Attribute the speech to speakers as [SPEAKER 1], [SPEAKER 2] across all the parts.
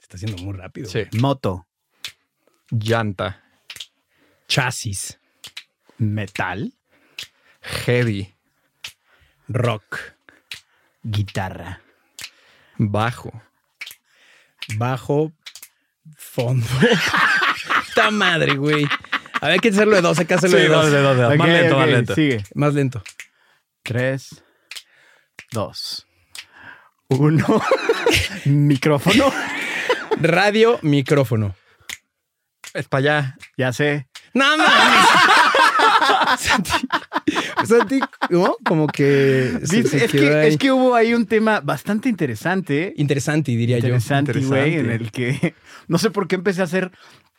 [SPEAKER 1] está haciendo muy rápido.
[SPEAKER 2] Sí.
[SPEAKER 3] Moto.
[SPEAKER 2] Llanta.
[SPEAKER 1] Chasis,
[SPEAKER 3] Metal.
[SPEAKER 2] Heavy.
[SPEAKER 1] rock,
[SPEAKER 3] Guitarra.
[SPEAKER 2] Bajo.
[SPEAKER 1] bajo, fondo. Está madre, güey. A ver, hay que hacerlo de dos, hay que hacerlo de dos.
[SPEAKER 3] Ok,
[SPEAKER 2] Más lento,
[SPEAKER 3] ok,
[SPEAKER 2] más lento.
[SPEAKER 3] Sigue.
[SPEAKER 1] Más lento.
[SPEAKER 3] Tres, dos, uno. Micrófono.
[SPEAKER 1] Radio, micrófono.
[SPEAKER 2] Es para allá.
[SPEAKER 3] Ya sé.
[SPEAKER 1] No mames. Santi, Santi, ¿no? Como que. se-
[SPEAKER 3] ¿Viste?
[SPEAKER 1] se
[SPEAKER 3] es,
[SPEAKER 1] quedó
[SPEAKER 3] que,
[SPEAKER 1] ahí.
[SPEAKER 3] es que hubo ahí un tema bastante interesante.
[SPEAKER 1] Interesante, diría
[SPEAKER 3] Interesante, güey, en
[SPEAKER 2] interesante.
[SPEAKER 3] el que no sé por qué empecé a hacer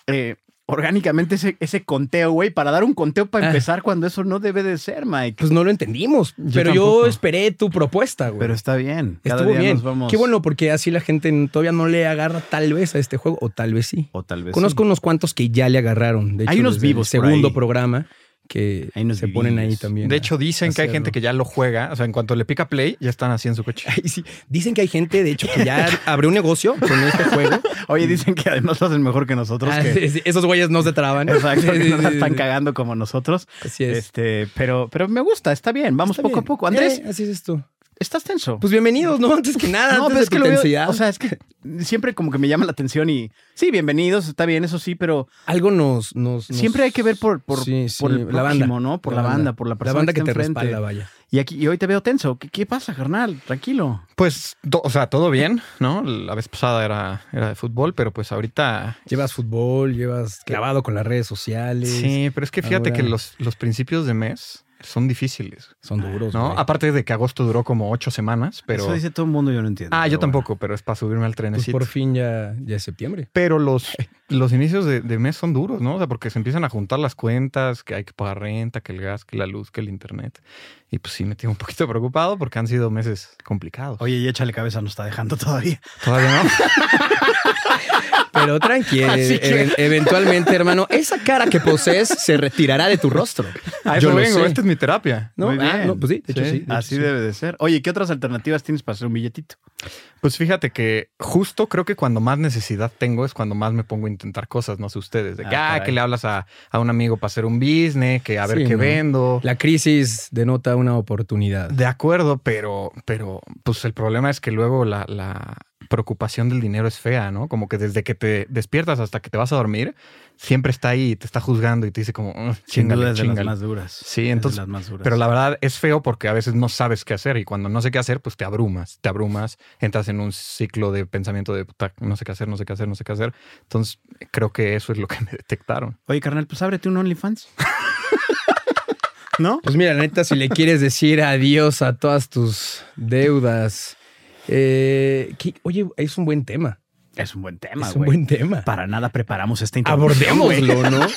[SPEAKER 3] eh, orgánicamente ese, ese conteo, güey, para dar un conteo para
[SPEAKER 1] Ah.
[SPEAKER 3] empezar cuando eso no debe de ser,
[SPEAKER 1] yo.
[SPEAKER 3] Mike.
[SPEAKER 1] Pues no lo entendimos, pero yo
[SPEAKER 2] tampoco.
[SPEAKER 1] esperé tu propuesta, güey.
[SPEAKER 3] Pero está bien. Cada
[SPEAKER 1] Estuvo
[SPEAKER 3] día
[SPEAKER 1] bien.
[SPEAKER 3] nos vamos-
[SPEAKER 1] Qué bueno, porque así la gente todavía no le agarra tal vez a este juego, o tal vez sí.
[SPEAKER 3] O tal vez.
[SPEAKER 1] Conozco unos cuantos que ya le agarraron. De hecho,
[SPEAKER 3] Hay unos
[SPEAKER 1] desde el
[SPEAKER 3] vivos por
[SPEAKER 1] Segundo
[SPEAKER 3] ahí.
[SPEAKER 1] programa que
[SPEAKER 3] Hay unos
[SPEAKER 1] se ponen ahí
[SPEAKER 3] vivillos.
[SPEAKER 1] también.
[SPEAKER 2] De
[SPEAKER 1] a-
[SPEAKER 2] hecho, dicen que hay
[SPEAKER 1] hacerlo.
[SPEAKER 2] gente que ya lo juega. O sea, en cuanto le pica play, ya están así en su coche.
[SPEAKER 1] Ay, sí. Dicen que hay gente, de hecho, que ya abrió un negocio con este juego.
[SPEAKER 3] sí. Oye, dicen que además lo hacen mejor que nosotros.
[SPEAKER 1] Ah,
[SPEAKER 3] que-
[SPEAKER 1] sí, sí, Esos güeyes no se traban.
[SPEAKER 3] Exacto, que no la están
[SPEAKER 1] Sí, sí, sí.
[SPEAKER 3] cagando como nosotros.
[SPEAKER 1] Así es.
[SPEAKER 3] Este, pero, pero me gusta, está bien. Vamos
[SPEAKER 1] Está
[SPEAKER 3] poco
[SPEAKER 1] bien.
[SPEAKER 3] a poco. Andrés,
[SPEAKER 1] Eh, así es esto.
[SPEAKER 3] ¿estás tenso?
[SPEAKER 1] Pues bienvenidos, ¿no? Antes que nada, antes
[SPEAKER 3] no, pero
[SPEAKER 1] de
[SPEAKER 3] es que
[SPEAKER 1] tu
[SPEAKER 3] lo veo-
[SPEAKER 1] intensidad.
[SPEAKER 3] O sea, es que siempre como que me llama la atención y sí, bienvenidos, está bien, eso sí, pero
[SPEAKER 1] algo nos, nos, nos-
[SPEAKER 3] siempre hay que ver por, por,
[SPEAKER 1] Sí, sí,
[SPEAKER 3] por el
[SPEAKER 1] la banda.
[SPEAKER 3] prójimo, ¿no? Por la, banda, por la persona
[SPEAKER 1] La banda que,
[SPEAKER 3] que,
[SPEAKER 1] te
[SPEAKER 3] está enfrente.
[SPEAKER 1] respalda, vaya.
[SPEAKER 3] Y aquí y hoy te veo tenso. ¿Qué, qué pasa, carnal? Tranquilo.
[SPEAKER 2] Pues, to- o sea, todo bien, ¿no? La vez pasada era, era de fútbol, pero pues ahorita.
[SPEAKER 1] Llevas fútbol, llevas clavado con las redes sociales.
[SPEAKER 2] Sí, pero es que fíjate
[SPEAKER 1] Ahora-
[SPEAKER 2] que los, los principios de mes son difíciles,
[SPEAKER 1] Son duros,
[SPEAKER 2] ¿no?
[SPEAKER 1] Pues, güey.
[SPEAKER 2] Aparte de que agosto duró como ocho semanas, pero.
[SPEAKER 3] Eso dice todo el mundo, yo no entiendo.
[SPEAKER 2] Ah, yo
[SPEAKER 3] pero bueno.
[SPEAKER 2] tampoco, pero es para subirme al
[SPEAKER 1] Pues
[SPEAKER 2] trenecito.
[SPEAKER 1] por fin ya, ya es septiembre.
[SPEAKER 2] Pero los, los inicios de, de mes son duros, ¿no? O sea, porque se empiezan a juntar las cuentas, que hay que pagar renta, que el gas, que la luz, que el internet. Y pues sí me tengo un poquito preocupado porque han sido meses complicados.
[SPEAKER 3] Oye, y échale cabeza, no está dejando todavía.
[SPEAKER 2] Todavía no.
[SPEAKER 1] Pero tranqui,
[SPEAKER 3] Así que-
[SPEAKER 1] even- eventualmente, hermano, esa cara que posees se retirará de tu rostro.
[SPEAKER 2] A
[SPEAKER 1] Yo
[SPEAKER 2] eso
[SPEAKER 1] lo
[SPEAKER 2] vengo,
[SPEAKER 1] sé.
[SPEAKER 2] esta es mi terapia.
[SPEAKER 1] ¿No?
[SPEAKER 3] Muy
[SPEAKER 1] Ah,
[SPEAKER 3] bien.
[SPEAKER 1] no, pues sí, de hecho
[SPEAKER 2] Sí,
[SPEAKER 1] sí. de hecho
[SPEAKER 3] Así
[SPEAKER 1] sí.
[SPEAKER 3] debe de ser. Oye, ¿qué otras alternativas tienes para hacer un billetito?
[SPEAKER 2] Pues fíjate que justo creo que cuando más necesidad tengo es cuando más me pongo a intentar cosas, no sé ustedes, de que,
[SPEAKER 3] Ah,
[SPEAKER 2] ah,
[SPEAKER 3] caray.
[SPEAKER 2] que le hablas a, a un amigo para hacer un business, que a ver
[SPEAKER 1] Sí,
[SPEAKER 2] qué
[SPEAKER 1] ¿no?
[SPEAKER 2] vendo.
[SPEAKER 1] La crisis denota una oportunidad.
[SPEAKER 2] De acuerdo, pero, pero pues el problema es que luego la, la preocupación del dinero es fea, ¿no? Como que desde que te despiertas hasta que te vas a dormir, siempre está ahí, te está juzgando y te dice como, "Mm,
[SPEAKER 3] Sin duda
[SPEAKER 2] chíngale,
[SPEAKER 3] es de las
[SPEAKER 2] chíngale".
[SPEAKER 3] más duras.
[SPEAKER 2] Sí,
[SPEAKER 3] Es de
[SPEAKER 2] entonces,
[SPEAKER 3] las más duras.
[SPEAKER 2] Pero la verdad es feo porque a veces no sabes qué hacer y cuando no sé qué hacer, pues te abrumas, te abrumas, entras en un ciclo de pensamiento de "Puta, no sé qué hacer, no sé qué hacer, no sé qué hacer. Entonces creo que eso es lo que me detectaron.
[SPEAKER 3] Oye, carnal, pues ábrete un OnlyFans. ¿No?
[SPEAKER 1] Pues mira, la neta, si le quieres decir adiós a todas tus deudas. eh, que- oye, es un buen tema.
[SPEAKER 3] Es un buen tema,
[SPEAKER 1] es un
[SPEAKER 3] güey.
[SPEAKER 1] buen tema.
[SPEAKER 3] Para nada preparamos esta introducción, güey.
[SPEAKER 1] Abordémoslo, ¿no?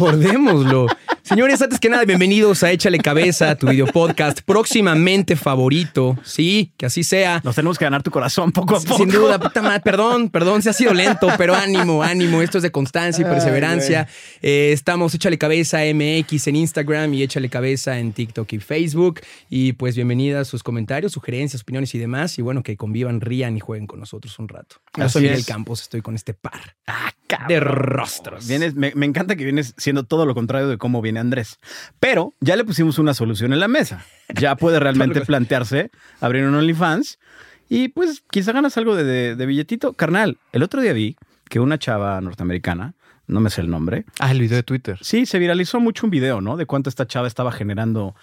[SPEAKER 1] Abordémoslo. Señores, antes que nada, bienvenidos a Échale Cabeza, tu video podcast próximamente favorito. Sí, que así sea.
[SPEAKER 3] Nos tenemos que ganar tu corazón poco a poco.
[SPEAKER 1] Sin duda, puta madre. Perdón, perdón, se ha sido lento, pero ánimo, ánimo. Esto es de constancia y
[SPEAKER 3] Ay,
[SPEAKER 1] perseverancia. Eh, estamos Échale Cabeza MX en Instagram y Échale Cabeza en TikTok y Facebook. Y pues bienvenidas sus comentarios, sugerencias, opiniones y demás. Y bueno, que convivan, rían y jueguen con nosotros un rato. Yo
[SPEAKER 2] Así
[SPEAKER 1] soy Miguel
[SPEAKER 2] es.
[SPEAKER 1] Campos, estoy con este par
[SPEAKER 3] Cabrón.
[SPEAKER 1] de rostros.
[SPEAKER 3] Vienes- me, me encanta que vienes siendo todo lo contrario de cómo viene Andrés. Pero ya le pusimos una solución en la mesa. Ya puede realmente plantearse abrir un OnlyFans y pues quizá ganas algo de, de- de billetito. Carnal, el otro día vi que una chava norteamericana, no me sé el nombre,
[SPEAKER 2] Ah, el video de Twitter.
[SPEAKER 3] sí, se viralizó mucho un video, ¿no? De cuánto esta chava estaba generando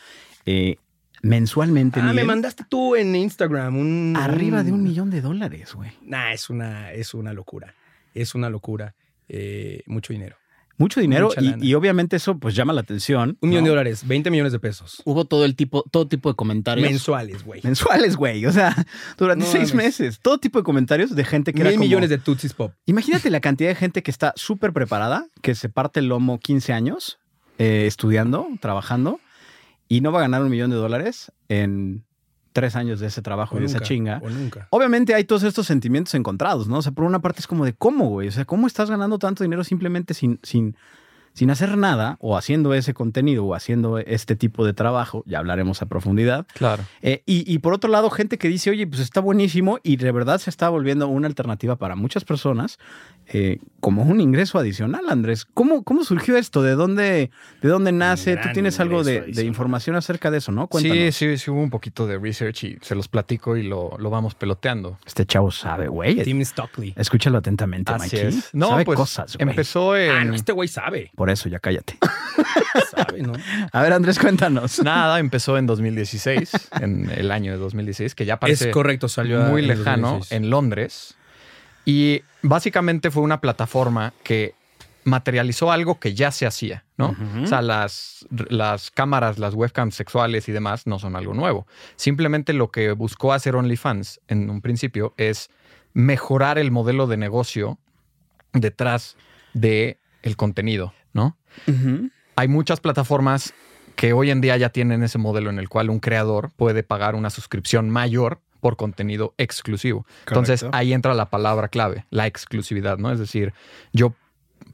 [SPEAKER 3] eh, mensualmente.
[SPEAKER 1] Ah, me
[SPEAKER 3] Miguel,
[SPEAKER 1] mandaste tú en Instagram un.
[SPEAKER 3] Arriba de un millón de dólares, güey.
[SPEAKER 1] Nah, es una, es una locura. Es una locura. Eh, mucho dinero.
[SPEAKER 3] Mucho dinero
[SPEAKER 1] Mucha
[SPEAKER 3] y,
[SPEAKER 1] lana.
[SPEAKER 3] y obviamente eso pues llama la atención.
[SPEAKER 1] Un millón
[SPEAKER 3] ¿no?
[SPEAKER 1] de dólares, 20 millones de pesos.
[SPEAKER 3] Hubo todo el tipo, todo tipo de comentarios.
[SPEAKER 1] Mensuales, güey.
[SPEAKER 3] mensuales, güey. O sea, durante
[SPEAKER 1] No
[SPEAKER 3] seis
[SPEAKER 1] mames.
[SPEAKER 3] meses. Todo tipo de comentarios de gente que
[SPEAKER 1] Mil
[SPEAKER 3] era como-
[SPEAKER 1] millones de Tutsis Pop.
[SPEAKER 3] Imagínate la cantidad de gente que está súper preparada, que se parte el lomo 15 años eh, estudiando, trabajando, y no va a ganar un millón de dólares en tres años de ese trabajo y de esa
[SPEAKER 1] nunca,
[SPEAKER 3] chinga.
[SPEAKER 1] O nunca.
[SPEAKER 3] Obviamente hay todos estos sentimientos encontrados, ¿no? O sea, por una parte es como de cómo, güey. O sea, ¿cómo estás ganando tanto dinero simplemente sin, sin, sin hacer nada o haciendo ese contenido o haciendo este tipo de trabajo, ya hablaremos a profundidad.
[SPEAKER 2] Claro.
[SPEAKER 3] Eh, y, y por otro lado, gente que dice, oye, pues está buenísimo y de verdad se está volviendo una alternativa para muchas personas eh, como un ingreso adicional, Andrés. ¿Cómo, cómo surgió esto? ¿De dónde, de dónde nace? Tú
[SPEAKER 4] gran
[SPEAKER 3] tienes algo de,
[SPEAKER 4] ingreso
[SPEAKER 3] de
[SPEAKER 4] adicional.
[SPEAKER 3] información acerca de eso, ¿no? Cuéntanos.
[SPEAKER 2] Sí, sí, sí, hubo un poquito de research y se los platico y lo, lo vamos peloteando.
[SPEAKER 3] Este chavo sabe, güey.
[SPEAKER 1] Tim Stockley.
[SPEAKER 3] Escúchalo atentamente,
[SPEAKER 2] Así
[SPEAKER 3] Mikey.
[SPEAKER 2] es. No,
[SPEAKER 3] sabe
[SPEAKER 2] pues
[SPEAKER 3] cosas, güey.
[SPEAKER 2] empezó en...
[SPEAKER 1] Ah, no, este güey sabe.
[SPEAKER 3] Por eso, ya cállate.
[SPEAKER 1] Sabe, ¿no?
[SPEAKER 3] A ver, Andrés, cuéntanos.
[SPEAKER 2] Nada, empezó en 2016, en el año de 2016, que ya parece...
[SPEAKER 1] es correcto, salió
[SPEAKER 2] muy
[SPEAKER 1] en
[SPEAKER 2] lejano
[SPEAKER 1] 2016.
[SPEAKER 2] en Londres. Y básicamente fue una plataforma que materializó algo que ya se hacía, ¿no? O sea, las, las cámaras, las webcams sexuales y demás no son algo nuevo. Simplemente lo que buscó hacer OnlyFans en un principio es mejorar el modelo de negocio detrás de el contenido, ¿no?
[SPEAKER 3] Ujú.
[SPEAKER 2] Hay muchas plataformas que hoy en día ya tienen ese modelo en el cual un creador puede pagar una suscripción mayor por contenido exclusivo. Entonces
[SPEAKER 3] Correcto.
[SPEAKER 2] ahí entra la palabra clave, la exclusividad, ¿no? Es decir, yo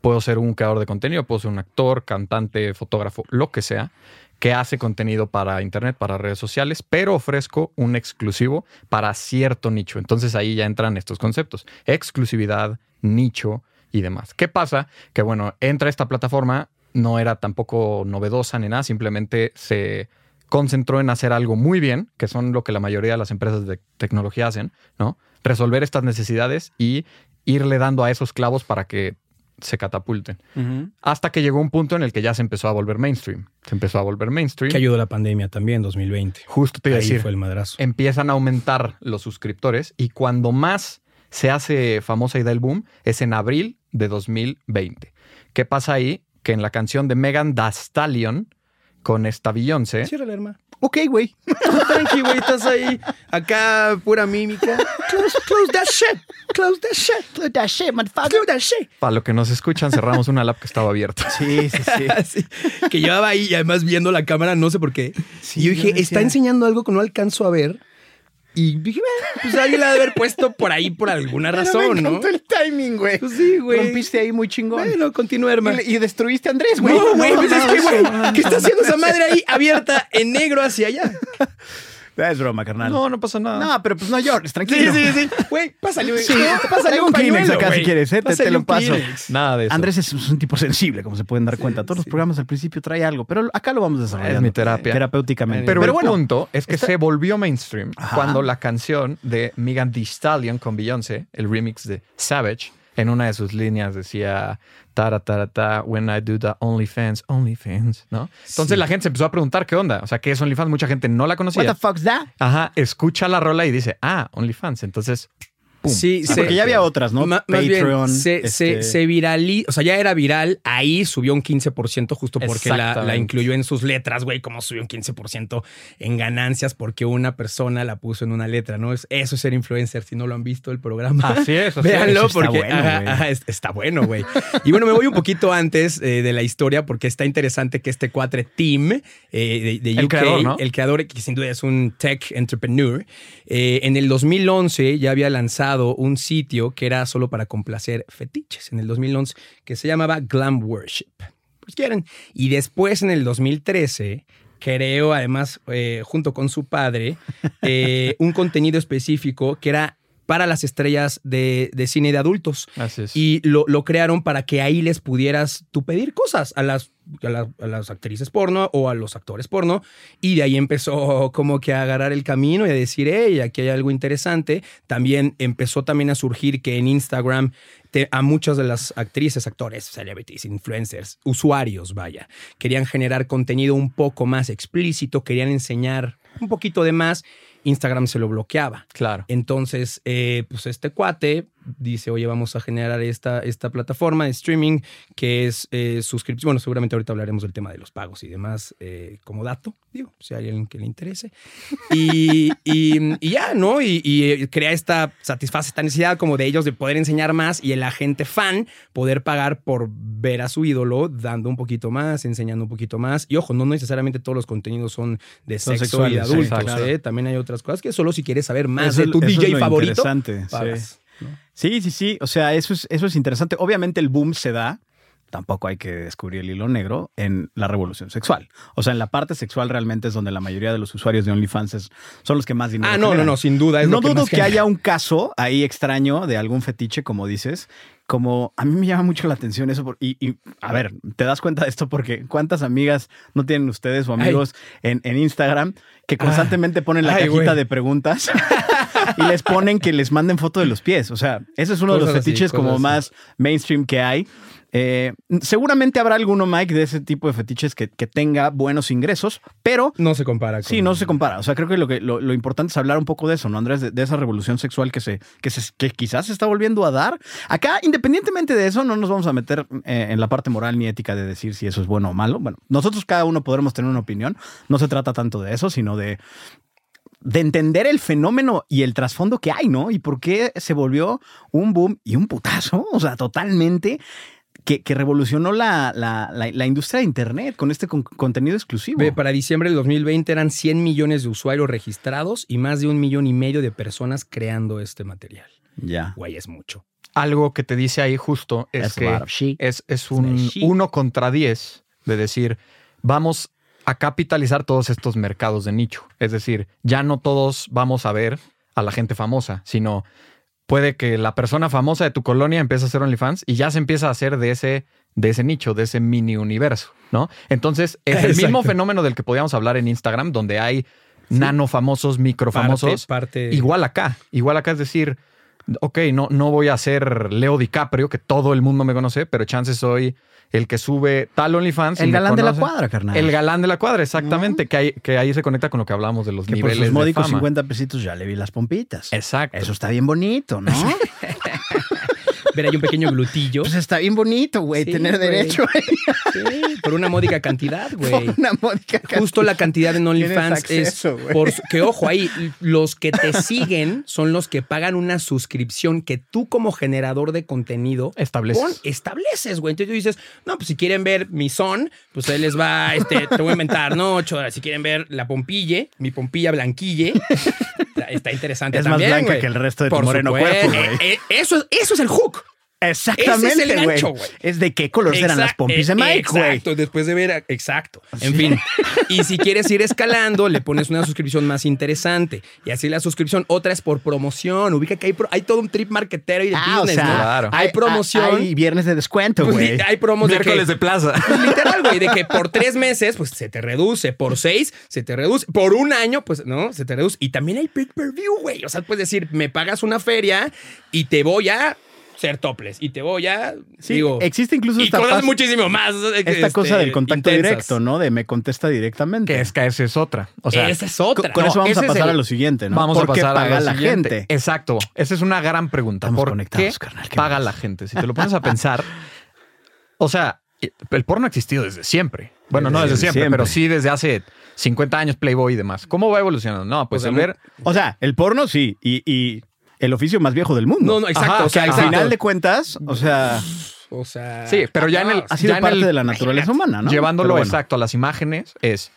[SPEAKER 2] puedo ser un creador de contenido, puedo ser un actor, cantante, fotógrafo, lo que sea, que hace contenido para internet, para redes sociales, pero ofrezco un exclusivo para cierto nicho. Entonces ahí ya entran estos conceptos, exclusividad, nicho y demás. ¿Qué pasa? Que bueno, entra esta plataforma, no era tampoco novedosa ni nada, simplemente se concentró en hacer algo muy bien, que son lo que la mayoría de las empresas de tecnología hacen, ¿no? Resolver estas necesidades y irle dando a esos clavos para que se catapulten. Hasta que llegó un punto en el que ya se empezó a volver mainstream. Se empezó a volver mainstream.
[SPEAKER 1] Que ayudó la pandemia también, 2020.
[SPEAKER 2] Justo te iba a
[SPEAKER 1] Ahí
[SPEAKER 2] decir,
[SPEAKER 1] fue el madrazo.
[SPEAKER 2] empiezan a aumentar los suscriptores y cuando más se hace famosa y da el boom es en abril de 2020. ¿Qué pasa ahí? Que en la canción de Megan Thee Stallion con esta Beyoncé,
[SPEAKER 1] Cierra la hermana.
[SPEAKER 3] Ok, güey.
[SPEAKER 1] Tranqui, güey, estás ahí. Acá, pura mímica. Close, close that shit. Close that shit. Close that shit.
[SPEAKER 2] para lo que nos escuchan, cerramos una lab que estaba abierta.
[SPEAKER 3] Sí, sí, sí.
[SPEAKER 1] Así, que llevaba ahí y además viendo la cámara, no sé por qué.
[SPEAKER 3] Sí,
[SPEAKER 1] y yo dije,
[SPEAKER 3] yo decía-
[SPEAKER 1] está enseñando algo que no alcanzo a ver. Y dije, "Bueno, pues alguien la ha de haber puesto por ahí por alguna
[SPEAKER 3] Pero me
[SPEAKER 1] razón, ¿no?
[SPEAKER 3] encantó el timing, güey.
[SPEAKER 1] Pues sí, güey.
[SPEAKER 3] Rompiste ahí muy chingón.
[SPEAKER 1] Bueno, continúa,
[SPEAKER 3] Y
[SPEAKER 1] hermano.
[SPEAKER 3] le- y, destruiste a Andrés, güey.
[SPEAKER 1] No, güey, pues es que, güey,
[SPEAKER 3] no,
[SPEAKER 1] ¿qué está haciendo esa madre ahí abierta en negro hacia allá?
[SPEAKER 3] no. Es broma, carnal.
[SPEAKER 2] No, no pasa nada.
[SPEAKER 3] No, pero pues no llores, tranquilo.
[SPEAKER 1] sí. Güey, pásale, güey.
[SPEAKER 3] Sí,
[SPEAKER 1] pásale
[SPEAKER 3] traigo
[SPEAKER 1] un
[SPEAKER 3] un Kleenex
[SPEAKER 1] pañuelo,
[SPEAKER 3] acá si
[SPEAKER 1] güey.
[SPEAKER 3] quieres, ¿eh? Te-
[SPEAKER 1] Pásale
[SPEAKER 3] te lo
[SPEAKER 1] un
[SPEAKER 3] paso.
[SPEAKER 1] Kleenex.
[SPEAKER 2] Nada de eso.
[SPEAKER 3] Andrés es un tipo sensible, como se pueden dar cuenta. Todos los programas al principio trae algo, pero acá lo vamos desarrollando.
[SPEAKER 2] Es mi terapia.
[SPEAKER 3] Terapéuticamente.
[SPEAKER 2] Pero, el
[SPEAKER 3] bueno,
[SPEAKER 2] punto es que
[SPEAKER 3] está-
[SPEAKER 2] se volvió mainstream
[SPEAKER 3] Ajá.
[SPEAKER 2] cuando la canción de Megan Thee Stallion con Beyoncé, el remix de Savage, en una de sus líneas decía tara tara ta when I do the OnlyFans, OnlyFans, ¿no? Entonces la gente se empezó a preguntar qué onda, o sea, qué es OnlyFans, mucha gente no la
[SPEAKER 3] what the
[SPEAKER 2] conocía.
[SPEAKER 3] fuck's that?
[SPEAKER 2] Ajá, escucha la rola y dice, "Ah, OnlyFans." Entonces, pum.
[SPEAKER 1] Sí,
[SPEAKER 3] Sí,
[SPEAKER 1] se-
[SPEAKER 3] Ah, porque ya había otras, ¿no?
[SPEAKER 1] Ma- más bien, se,
[SPEAKER 3] este-
[SPEAKER 1] se, se virali- o sea, ya era viral, ahí subió un 15% justo porque la, la
[SPEAKER 2] Exactamente.
[SPEAKER 1] incluyó en sus letras, güey, como subió un 15% en ganancias porque una persona la puso en una letra, ¿no? Es- Eso es ser influencer, si no lo han visto el programa.
[SPEAKER 2] Así es, así es.
[SPEAKER 1] Véanlo
[SPEAKER 3] Eso está
[SPEAKER 1] porque
[SPEAKER 3] bueno,
[SPEAKER 1] ajá,
[SPEAKER 3] güey.
[SPEAKER 1] ajá, es- está bueno, güey. Y bueno, me voy un poquito antes eh, de la historia porque está interesante que este cuatre Tim eh, de, de
[SPEAKER 2] El
[SPEAKER 1] UK,
[SPEAKER 2] creador, ¿no?
[SPEAKER 1] el creador que sin duda es un tech entrepreneur, eh, en el 2011 ya había lanzado un sitio que era solo para complacer fetiches, en el 2011, que se llamaba Glam Worship. Pues quieren. Y después en el 2013 creó además eh, junto con su padre eh, un contenido específico que era para las estrellas de, de cine de adultos.
[SPEAKER 2] Así es.
[SPEAKER 1] Y lo, lo crearon para que ahí les pudieras tú pedir cosas a las, a, la- a las actrices porno o a los actores porno. Y de ahí empezó como que a agarrar el camino y a decir, hey, aquí hay algo interesante. También empezó también a surgir que en Instagram te- a muchas de las actrices, actores, celebrities, influencers, usuarios, vaya, querían generar contenido un poco más explícito, querían enseñar un poquito de más. Instagram se lo bloqueaba.
[SPEAKER 2] claro.
[SPEAKER 1] Entonces, eh, pues este cuate dice, oye, vamos a generar esta, esta plataforma de streaming que es eh, suscripción. Bueno, seguramente ahorita hablaremos del tema de los pagos y demás eh, como dato, digo, si hay alguien que le interese. Y, y- y ya, ¿no? Y, y, eh, crea esta, satisface esta necesidad como de ellos de poder enseñar más y el agente fan poder pagar por ver a su ídolo dando un poquito más, enseñando un poquito más. Y ojo, no necesariamente todos los contenidos son de
[SPEAKER 3] Son
[SPEAKER 1] sexo y de
[SPEAKER 3] sexuales,
[SPEAKER 1] adultos,
[SPEAKER 2] sí, claro.
[SPEAKER 1] ¿eh? También hay otras cosas que solo si quieres saber más
[SPEAKER 3] Eso-
[SPEAKER 1] de tu
[SPEAKER 3] eso es
[SPEAKER 1] DJ
[SPEAKER 3] lo
[SPEAKER 1] favorito.
[SPEAKER 3] interesante, sí.
[SPEAKER 1] pagas, ¿no?
[SPEAKER 3] Sí, sí, sí. O sea, eso es, eso es interesante. Obviamente el boom se da tampoco hay que descubrir el hilo negro en la revolución sexual. O sea, en la parte sexual realmente es donde la mayoría de los usuarios de OnlyFans es- son los que más dinero
[SPEAKER 1] Ah, no, no,
[SPEAKER 3] generan.
[SPEAKER 1] no, sin duda. es
[SPEAKER 3] no
[SPEAKER 1] lo
[SPEAKER 3] dudo
[SPEAKER 1] más
[SPEAKER 3] que,
[SPEAKER 1] genera.
[SPEAKER 3] haya un caso ahí extraño de algún fetiche, como dices. Como a mí me llama mucho la atención eso. por- y, y, a ver, te das cuenta de esto porque ¿cuántas amigas no tienen ustedes o amigos en, en Instagram que constantemente ponen la
[SPEAKER 1] Ah. ay,
[SPEAKER 3] cajita
[SPEAKER 1] güey.
[SPEAKER 3] de preguntas y les ponen que les manden foto de los pies? O sea, ese es uno de los
[SPEAKER 1] Cosas así,
[SPEAKER 3] fetiches como
[SPEAKER 1] cosas
[SPEAKER 3] más mainstream que hay. Eh, seguramente habrá alguno, Mike, de ese tipo de fetiches que- que tenga buenos ingresos, pero
[SPEAKER 1] No se compara.
[SPEAKER 3] Sí,
[SPEAKER 1] con-
[SPEAKER 3] no se compara. O sea, creo que lo, que, lo, lo importante es hablar un poco de eso, ¿no, Andrés? De, de esa revolución sexual que, se, que, se, que quizás se está volviendo a dar. Acá, independientemente de eso, no nos vamos a meter eh, en la parte moral ni ética de decir si eso es bueno o malo. Bueno, nosotros cada uno podremos tener una opinión. No se trata tanto de eso, sino de, de entender el fenómeno y el trasfondo que hay, ¿no? Y por qué se volvió un boom y un putazo, o sea, totalmente. Que, que revolucionó la, la- la- la industria de Internet con este con- contenido exclusivo.
[SPEAKER 1] Ve, para diciembre del 2020 eran 100 millones de usuarios registrados y más de un millón y medio de personas creando este material.
[SPEAKER 3] Ya.
[SPEAKER 1] Güey, es mucho.
[SPEAKER 2] Algo que te dice ahí justo es
[SPEAKER 3] That's a
[SPEAKER 2] que
[SPEAKER 3] lot of shit.
[SPEAKER 2] es, es un
[SPEAKER 1] That's shit.
[SPEAKER 2] 1 contra 10 de decir, vamos a capitalizar todos estos mercados de nicho. Es decir, ya no todos vamos a ver a la gente famosa, sino puede que la persona famosa de tu colonia empiece a hacer OnlyFans y ya se empieza a hacer de ese, de ese nicho, de ese mini universo, ¿no? Entonces, es el mismo
[SPEAKER 1] Exacto.
[SPEAKER 2] fenómeno del que podíamos hablar en Instagram, donde hay nano famosos, micro famosos.
[SPEAKER 1] Parte, parte-
[SPEAKER 2] Igual acá, igual acá es decir, ok, no, no voy a ser Leo DiCaprio, que todo el mundo me conoce, pero chance soy el que sube tal OnlyFans. y
[SPEAKER 3] El
[SPEAKER 2] me
[SPEAKER 3] galán de la
[SPEAKER 2] conocen.
[SPEAKER 3] cuadra, carnal.
[SPEAKER 2] El galán de la cuadra, exactamente, que, ahí, que ahí se conecta con lo que hablábamos de los
[SPEAKER 3] que por
[SPEAKER 2] niveles
[SPEAKER 3] sus
[SPEAKER 2] de
[SPEAKER 3] módicos
[SPEAKER 2] fama.
[SPEAKER 3] 50 pesitos ya le vi las pompitas.
[SPEAKER 2] Exacto.
[SPEAKER 3] Eso está bien bonito, ¿no?
[SPEAKER 1] Ver ahí un pequeño glutillo.
[SPEAKER 3] pues está bien bonito, güey,
[SPEAKER 1] Sí,
[SPEAKER 3] tener
[SPEAKER 1] güey.
[SPEAKER 3] derecho
[SPEAKER 1] Sí, por una módica cantidad,
[SPEAKER 3] a
[SPEAKER 1] güey.
[SPEAKER 3] una módica cantidad.
[SPEAKER 1] Justo la cantidad en OnlyFans
[SPEAKER 3] Tienes
[SPEAKER 1] es
[SPEAKER 3] acceso, güey.
[SPEAKER 1] por su- que ojo ahí los que te siguen son los que pagan una suscripción que tú como generador de contenido
[SPEAKER 2] Estableces.
[SPEAKER 1] pon- estableces, güey. Entonces tú dices, no, pues si quieren ver mi son, pues ahí les va, este, te voy a inventar, no, ocho horas. Si quieren ver la pompille, mi pompilla blanquille, está- está interesante
[SPEAKER 3] Es más
[SPEAKER 1] también,
[SPEAKER 3] blanca
[SPEAKER 1] güey.
[SPEAKER 3] que el resto de tu
[SPEAKER 1] Por
[SPEAKER 3] moreno
[SPEAKER 1] supuesto.
[SPEAKER 3] cuerpo, güey.
[SPEAKER 1] Eh, eh, eso, es- eso es el hook. Ese es el
[SPEAKER 3] Exactamente, güey.
[SPEAKER 1] gancho, güey.
[SPEAKER 3] Es de qué color serán
[SPEAKER 1] Exact-
[SPEAKER 3] las pompis de
[SPEAKER 1] eh,
[SPEAKER 3] Mike, güey.
[SPEAKER 1] Exacto, después de ver. a- Exacto. En fin. Y si quieres ir escalando, le pones una suscripción más interesante. Y así la suscripción. Otra es por promoción. Ubica que hay, pro- hay todo un trip marketero y de
[SPEAKER 3] Ah, o
[SPEAKER 1] business,
[SPEAKER 3] sea,
[SPEAKER 1] ¿no?
[SPEAKER 2] Claro.
[SPEAKER 1] Hay promoción.
[SPEAKER 3] Hay viernes de descuento,
[SPEAKER 1] Pues,
[SPEAKER 3] güey.
[SPEAKER 1] li- hay promos de que-
[SPEAKER 2] Miércoles de plaza.
[SPEAKER 1] pues, literal, güey, de que por tres meses, pues se te reduce, por seis, se te reduce, por un año, pues no, se te reduce. Y también hay pay per view, güey. O sea, puedes decir, me pagas una feria y te voy a ser toples y te voy a.
[SPEAKER 3] Sí,
[SPEAKER 1] digo,
[SPEAKER 3] existe incluso
[SPEAKER 1] y
[SPEAKER 3] esta,
[SPEAKER 1] cosas este,
[SPEAKER 3] pas-
[SPEAKER 1] muchísimo más.
[SPEAKER 3] esta cosa del contacto directo, ¿no? De me contesta directamente.
[SPEAKER 2] que es que esa es otra. O sea,
[SPEAKER 1] Esa es otra.
[SPEAKER 3] Con
[SPEAKER 2] No,
[SPEAKER 3] eso vamos a
[SPEAKER 2] ese es
[SPEAKER 3] pasar
[SPEAKER 2] el-
[SPEAKER 3] a lo siguiente, ¿no?
[SPEAKER 2] Vamos a
[SPEAKER 3] ¿Por qué
[SPEAKER 2] pasar a
[SPEAKER 3] paga
[SPEAKER 2] lo
[SPEAKER 3] la
[SPEAKER 2] siguiente.
[SPEAKER 3] gente?
[SPEAKER 2] Exacto. Esa es una gran pregunta.
[SPEAKER 3] Estamos
[SPEAKER 2] ¿Por qué
[SPEAKER 3] conectados, carnal, qué
[SPEAKER 2] paga
[SPEAKER 3] buenos.
[SPEAKER 2] la gente? Si te lo pones a pensar, o sea, el porno ha existido desde siempre. Bueno, no
[SPEAKER 3] Desde
[SPEAKER 2] desde siempre,
[SPEAKER 3] siempre.
[SPEAKER 2] pero sí desde hace 50 años Playboy y demás. ¿Cómo va evolucionando? No,
[SPEAKER 1] O
[SPEAKER 2] pues
[SPEAKER 1] sea,
[SPEAKER 2] a ver,
[SPEAKER 3] O sea, el porno sí, y, y el oficio más viejo del mundo.
[SPEAKER 1] No, no, exacto.
[SPEAKER 2] Ajá,
[SPEAKER 1] o sea,
[SPEAKER 2] que
[SPEAKER 3] Al
[SPEAKER 1] exacto.
[SPEAKER 3] final de cuentas, o sea,
[SPEAKER 1] O sea.
[SPEAKER 2] Sí, pero ya en el-
[SPEAKER 3] ha sido
[SPEAKER 2] Ya en
[SPEAKER 3] parte
[SPEAKER 2] el-
[SPEAKER 3] de la naturaleza humana, Ah, ¿no?
[SPEAKER 2] llevándolo
[SPEAKER 3] Pero bueno.
[SPEAKER 2] exacto a las imágenes es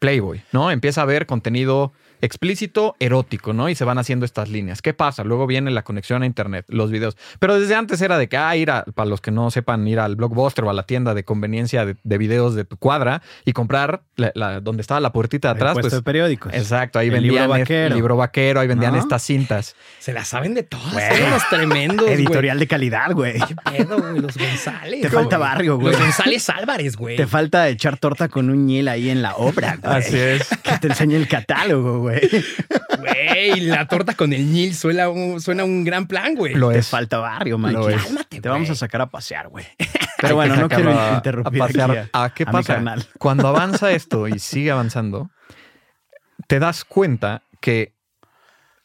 [SPEAKER 2] Playboy, ¿no? Empieza a ver contenido explícito, erótico, ¿no? Y se van haciendo estas líneas. ¿Qué pasa? Luego viene la conexión a internet, los videos. Pero desde antes era de que, ah, ir a, para los que no sepan, ir al blockbuster o a la tienda de conveniencia de, de videos de tu cuadra y comprar la- la- donde estaba la puertita de
[SPEAKER 3] El
[SPEAKER 2] atrás.
[SPEAKER 3] puesto
[SPEAKER 2] pues,
[SPEAKER 3] de periódicos.
[SPEAKER 2] Exacto, ahí
[SPEAKER 3] El
[SPEAKER 2] vendían
[SPEAKER 3] libro
[SPEAKER 2] es-
[SPEAKER 3] vaquero. Ah.
[SPEAKER 2] libro vaquero, ahí vendían
[SPEAKER 3] ¿No?
[SPEAKER 2] estas cintas.
[SPEAKER 1] Se la saben de todas. Son los tremendos. güey.
[SPEAKER 3] Editorial de calidad, güey.
[SPEAKER 1] Qué pedo, güey. Los González.
[SPEAKER 3] Te
[SPEAKER 1] güey.
[SPEAKER 3] falta barrio, güey.
[SPEAKER 1] Los González Álvarez, güey.
[SPEAKER 3] Te falta echar torta con un hiel ahí en la obra, güey.
[SPEAKER 2] Así es.
[SPEAKER 3] Que te enseñe el catálogo, güey.
[SPEAKER 1] Güey, la torta con el Nil suena un, suena un gran plan, güey.
[SPEAKER 2] Lo
[SPEAKER 3] Te
[SPEAKER 2] es.
[SPEAKER 3] falta barrio, man.
[SPEAKER 2] Pues, Lo es.
[SPEAKER 1] Cálmate,
[SPEAKER 3] Te vamos a
[SPEAKER 1] güey.
[SPEAKER 3] sacar a pasear, güey.
[SPEAKER 2] Hay
[SPEAKER 3] Pero bueno,
[SPEAKER 2] que
[SPEAKER 3] no quiero
[SPEAKER 2] sacarlo a-
[SPEAKER 3] interrumpir
[SPEAKER 2] a
[SPEAKER 3] aquí
[SPEAKER 2] pasear.
[SPEAKER 3] a-
[SPEAKER 2] Ah, ¿Qué
[SPEAKER 3] a mi
[SPEAKER 2] pasa?
[SPEAKER 3] carnal.
[SPEAKER 2] Cuando avanza esto y sigue avanzando, te das cuenta que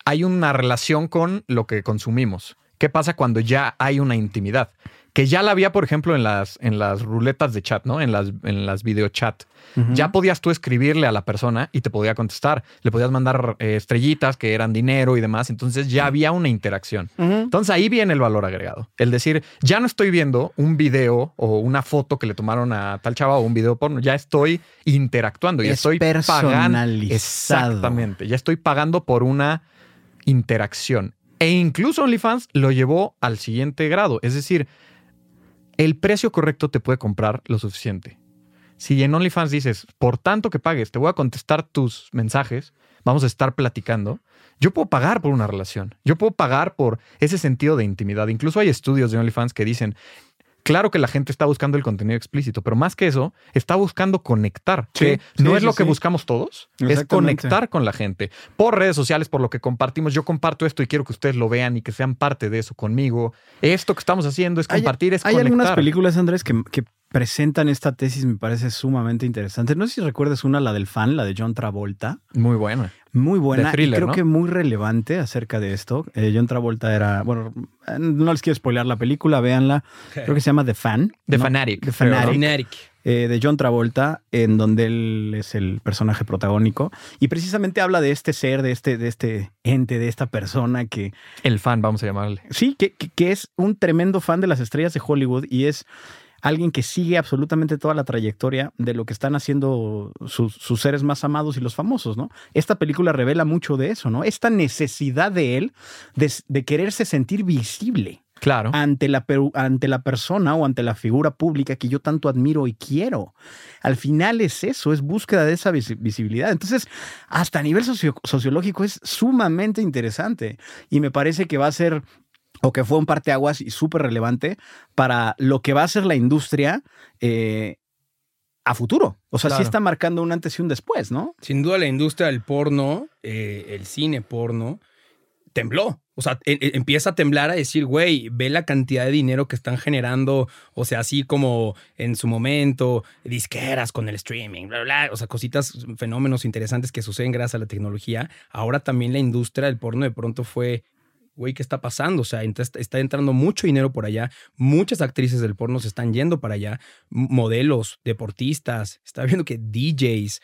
[SPEAKER 2] hay una relación con lo que consumimos. ¿Qué pasa cuando ya hay una intimidad? Que ya la había, por ejemplo, en las, en las ruletas de chat, ¿no? En las, en las videochat. Ya podías tú escribirle a la persona y te podía contestar. Le podías mandar eh, estrellitas que eran dinero y demás. Entonces ya había una interacción. Entonces ahí viene el valor agregado. El decir, ya no estoy viendo un video o una foto que le tomaron a tal chava o un video porno. Ya estoy interactuando y
[SPEAKER 3] Es
[SPEAKER 2] estoy pagando.
[SPEAKER 3] personalizado.
[SPEAKER 2] Exactamente. Ya estoy pagando por una interacción. E incluso OnlyFans lo llevó al siguiente grado. Es decir, el precio correcto te puede comprar lo suficiente. Si en OnlyFans dices, por tanto que pagues, te voy a contestar tus mensajes, vamos a estar platicando, yo puedo pagar por una relación, yo puedo pagar por ese sentido de intimidad. Incluso hay estudios de OnlyFans que dicen, claro que la gente está buscando el contenido explícito, pero más que eso, está buscando conectar,
[SPEAKER 3] Sí,
[SPEAKER 2] que
[SPEAKER 3] sí,
[SPEAKER 2] no es
[SPEAKER 3] sí,
[SPEAKER 2] lo que
[SPEAKER 3] sí.
[SPEAKER 2] buscamos todos, es
[SPEAKER 3] Exactamente.
[SPEAKER 2] conectar con la gente por redes sociales, por lo que compartimos. Yo comparto esto y quiero que ustedes lo vean y que sean parte de eso conmigo. Esto que estamos haciendo es
[SPEAKER 3] Hay-
[SPEAKER 2] compartir, es
[SPEAKER 3] Hay
[SPEAKER 2] conectar.
[SPEAKER 3] algunas películas, Andrés, que, que presentan esta tesis, me parece sumamente interesante. No sé si recuerdas una, la del fan, la de John Travolta.
[SPEAKER 2] Muy buena.
[SPEAKER 3] Muy buena.
[SPEAKER 2] De thriller,
[SPEAKER 3] y creo
[SPEAKER 2] ¿no?
[SPEAKER 3] que muy relevante acerca de esto. Eh, John Travolta era. Bueno, eh, no les quiero spoilear la película, véanla. Creo que se llama The Fan.
[SPEAKER 2] The
[SPEAKER 3] ¿no?
[SPEAKER 2] Fanatic,
[SPEAKER 3] The
[SPEAKER 2] creo, ¿no?
[SPEAKER 3] Fanatic.
[SPEAKER 1] Fanatic.
[SPEAKER 3] eh, de John Travolta, en donde él es el personaje protagónico. Y precisamente habla de este ser, de este, de este ente, de esta persona que,
[SPEAKER 2] El fan, vamos a llamarle.
[SPEAKER 3] Sí, que, que- que es un tremendo fan de las estrellas de Hollywood y es alguien que sigue absolutamente toda la trayectoria de lo que están haciendo sus, sus seres más amados y los famosos, ¿no? Esta película revela mucho de eso, ¿no? Esta necesidad de él de, de quererse sentir visible
[SPEAKER 2] Claro.
[SPEAKER 3] ante la, peru- ante la persona o ante la figura pública que yo tanto admiro y quiero. Al final es eso, es búsqueda de esa visi- visibilidad. Entonces, hasta a nivel socio- sociológico es sumamente interesante y me parece que va a ser o que fue un parteaguas y súper relevante para lo que va a ser la industria eh, a futuro. O sea, sí
[SPEAKER 2] Claro.
[SPEAKER 3] está marcando un antes y un después, ¿no?
[SPEAKER 1] Sin duda la industria del porno, eh, el cine porno, tembló. O sea, e- e- empieza a temblar a decir, güey, ve la cantidad de dinero que están generando. O sea, así como en su momento, disqueras con el streaming, bla, bla. bla. O sea, cositas, fenómenos interesantes que suceden gracias a la tecnología. Ahora también la industria del porno de pronto fue güey, ¿qué está pasando? O sea, ent- está entrando mucho dinero por allá, muchas actrices del porno se están yendo para allá, m- modelos, deportistas, está viendo que DJs, eh,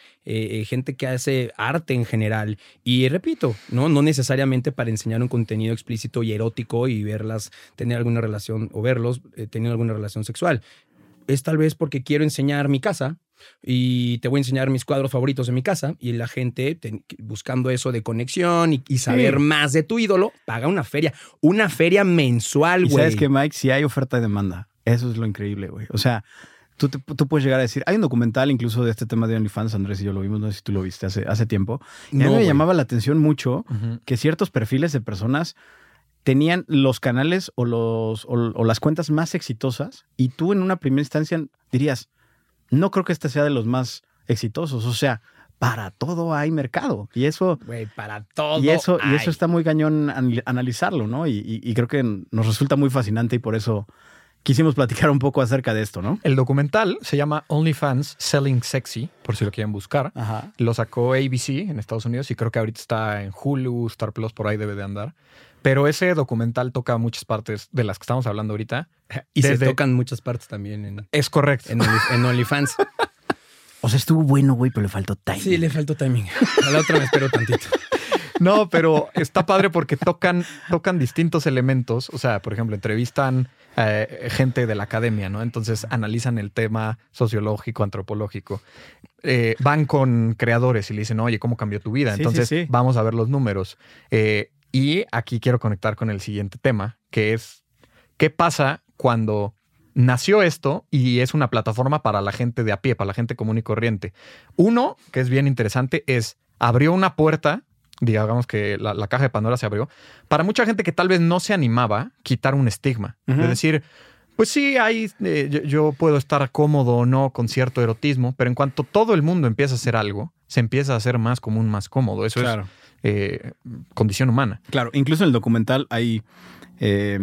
[SPEAKER 1] eh, gente que hace arte en general. Y repito, ¿no? no necesariamente para enseñar un contenido explícito y erótico y verlas tener alguna relación o verlos eh, tener alguna relación sexual. Es tal vez porque quiero enseñar mi casa y te voy a enseñar mis cuadros favoritos de mi casa y la gente te- buscando eso de conexión y, y saber más de tu ídolo paga una feria, una feria mensual,
[SPEAKER 3] Y
[SPEAKER 1] güey.
[SPEAKER 3] sabes que, Mike, si hay oferta y demanda, eso es lo increíble, güey. O sea, tú, te- tú puedes llegar a decir, hay un documental incluso de este tema de OnlyFans, Andrés y yo lo vimos, no sé si tú lo viste hace, hace tiempo. Y
[SPEAKER 1] No,
[SPEAKER 3] a mí me
[SPEAKER 1] güey.
[SPEAKER 3] llamaba la atención mucho
[SPEAKER 2] Ujú.
[SPEAKER 3] que ciertos perfiles de personas tenían los canales o, los, o, o las cuentas más exitosas y tú en una primera instancia dirías, no creo que este sea de los más exitosos. O sea, para todo hay mercado. Y eso...
[SPEAKER 1] Güey, para todo.
[SPEAKER 3] Y eso, y
[SPEAKER 1] hay.
[SPEAKER 3] eso está muy cañón anal- analizarlo, ¿no? Y, y- y creo que nos resulta muy fascinante y por eso quisimos platicar un poco acerca de esto, ¿no?
[SPEAKER 2] El documental se llama OnlyFans Selling Sexy, por si lo quieren buscar.
[SPEAKER 3] Ajá.
[SPEAKER 2] Lo sacó ABC en Estados Unidos y creo que ahorita está en Hulu, Star Plus, por ahí debe de andar. Pero ese documental toca muchas partes de las que estamos hablando ahorita.
[SPEAKER 1] Y se
[SPEAKER 2] Desde-
[SPEAKER 1] tocan muchas partes también en,
[SPEAKER 2] Es correcto.
[SPEAKER 1] en, Only- en OnlyFans.
[SPEAKER 3] O sea, estuvo bueno, güey, pero le faltó timing.
[SPEAKER 1] Sí, le faltó timing. A la otra me espero tantito.
[SPEAKER 2] No, pero está padre porque tocan, tocan distintos elementos. O sea, por ejemplo, entrevistan eh, gente de la academia, ¿no? Entonces analizan el tema sociológico, antropológico. Eh, van con creadores y le dicen, oye, ¿cómo cambió tu vida?
[SPEAKER 3] Sí, sí,
[SPEAKER 2] Entonces
[SPEAKER 3] sí.
[SPEAKER 2] vamos a ver los números. Eh, y aquí quiero conectar con el siguiente tema, que es, ¿qué pasa cuando nació esto y es una plataforma para la gente de a pie, para la gente común y corriente? Uno, que es bien interesante, es abrió una puerta, digamos que la, la caja de Pandora se abrió, para mucha gente que tal vez no se animaba quitar un estigma.
[SPEAKER 3] Ujú.
[SPEAKER 2] Es decir, pues sí, hay, eh, yo, yo puedo estar cómodo o no con cierto erotismo, pero en cuanto todo el mundo empieza a hacer algo, se empieza a hacer más común, más cómodo. Eso
[SPEAKER 3] Claro.
[SPEAKER 2] es eh, condición humana.
[SPEAKER 3] Claro, incluso en el documental hay eh,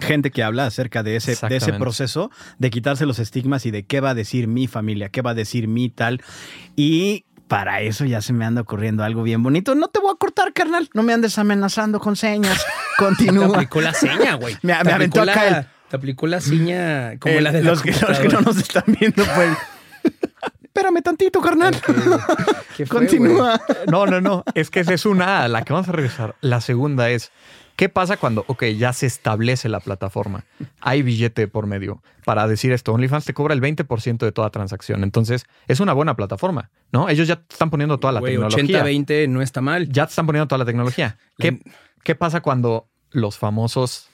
[SPEAKER 3] gente que habla acerca de ese, de ese
[SPEAKER 2] Exactamente.
[SPEAKER 3] proceso de quitarse los estigmas y de qué va a decir mi familia, qué va a decir mi tal. Y para eso ya se me anda ocurriendo algo bien bonito. No te voy a cortar, carnal. No me andes amenazando con señas.
[SPEAKER 1] Te
[SPEAKER 3] Continúa.
[SPEAKER 1] aplicó la seña, güey.
[SPEAKER 3] Me-
[SPEAKER 1] Te
[SPEAKER 3] me aventó
[SPEAKER 1] aplicó
[SPEAKER 3] acá
[SPEAKER 1] la-
[SPEAKER 3] el-
[SPEAKER 1] Te aplicó la seña como
[SPEAKER 3] Eh,
[SPEAKER 1] la de la
[SPEAKER 3] los, que, los que no
[SPEAKER 1] computadora.
[SPEAKER 3] nos están viendo, pues. Espérame tantito, carnal.
[SPEAKER 1] ¿Qué fue,
[SPEAKER 3] Continúa.
[SPEAKER 2] No, no, no. Es que esa es una a la que vamos a regresar. La segunda es, ¿qué pasa cuando, ok, ya se establece la plataforma? Hay billete por medio. Para decir esto, OnlyFans te cobra el 20% de toda transacción. Entonces, es una buena plataforma, ¿no? Ellos ya te están poniendo toda la
[SPEAKER 1] Güey,
[SPEAKER 2] tecnología.
[SPEAKER 1] 80-20 no está mal.
[SPEAKER 2] Ya te están poniendo toda la tecnología. ¿Qué, qué pasa cuando los famosos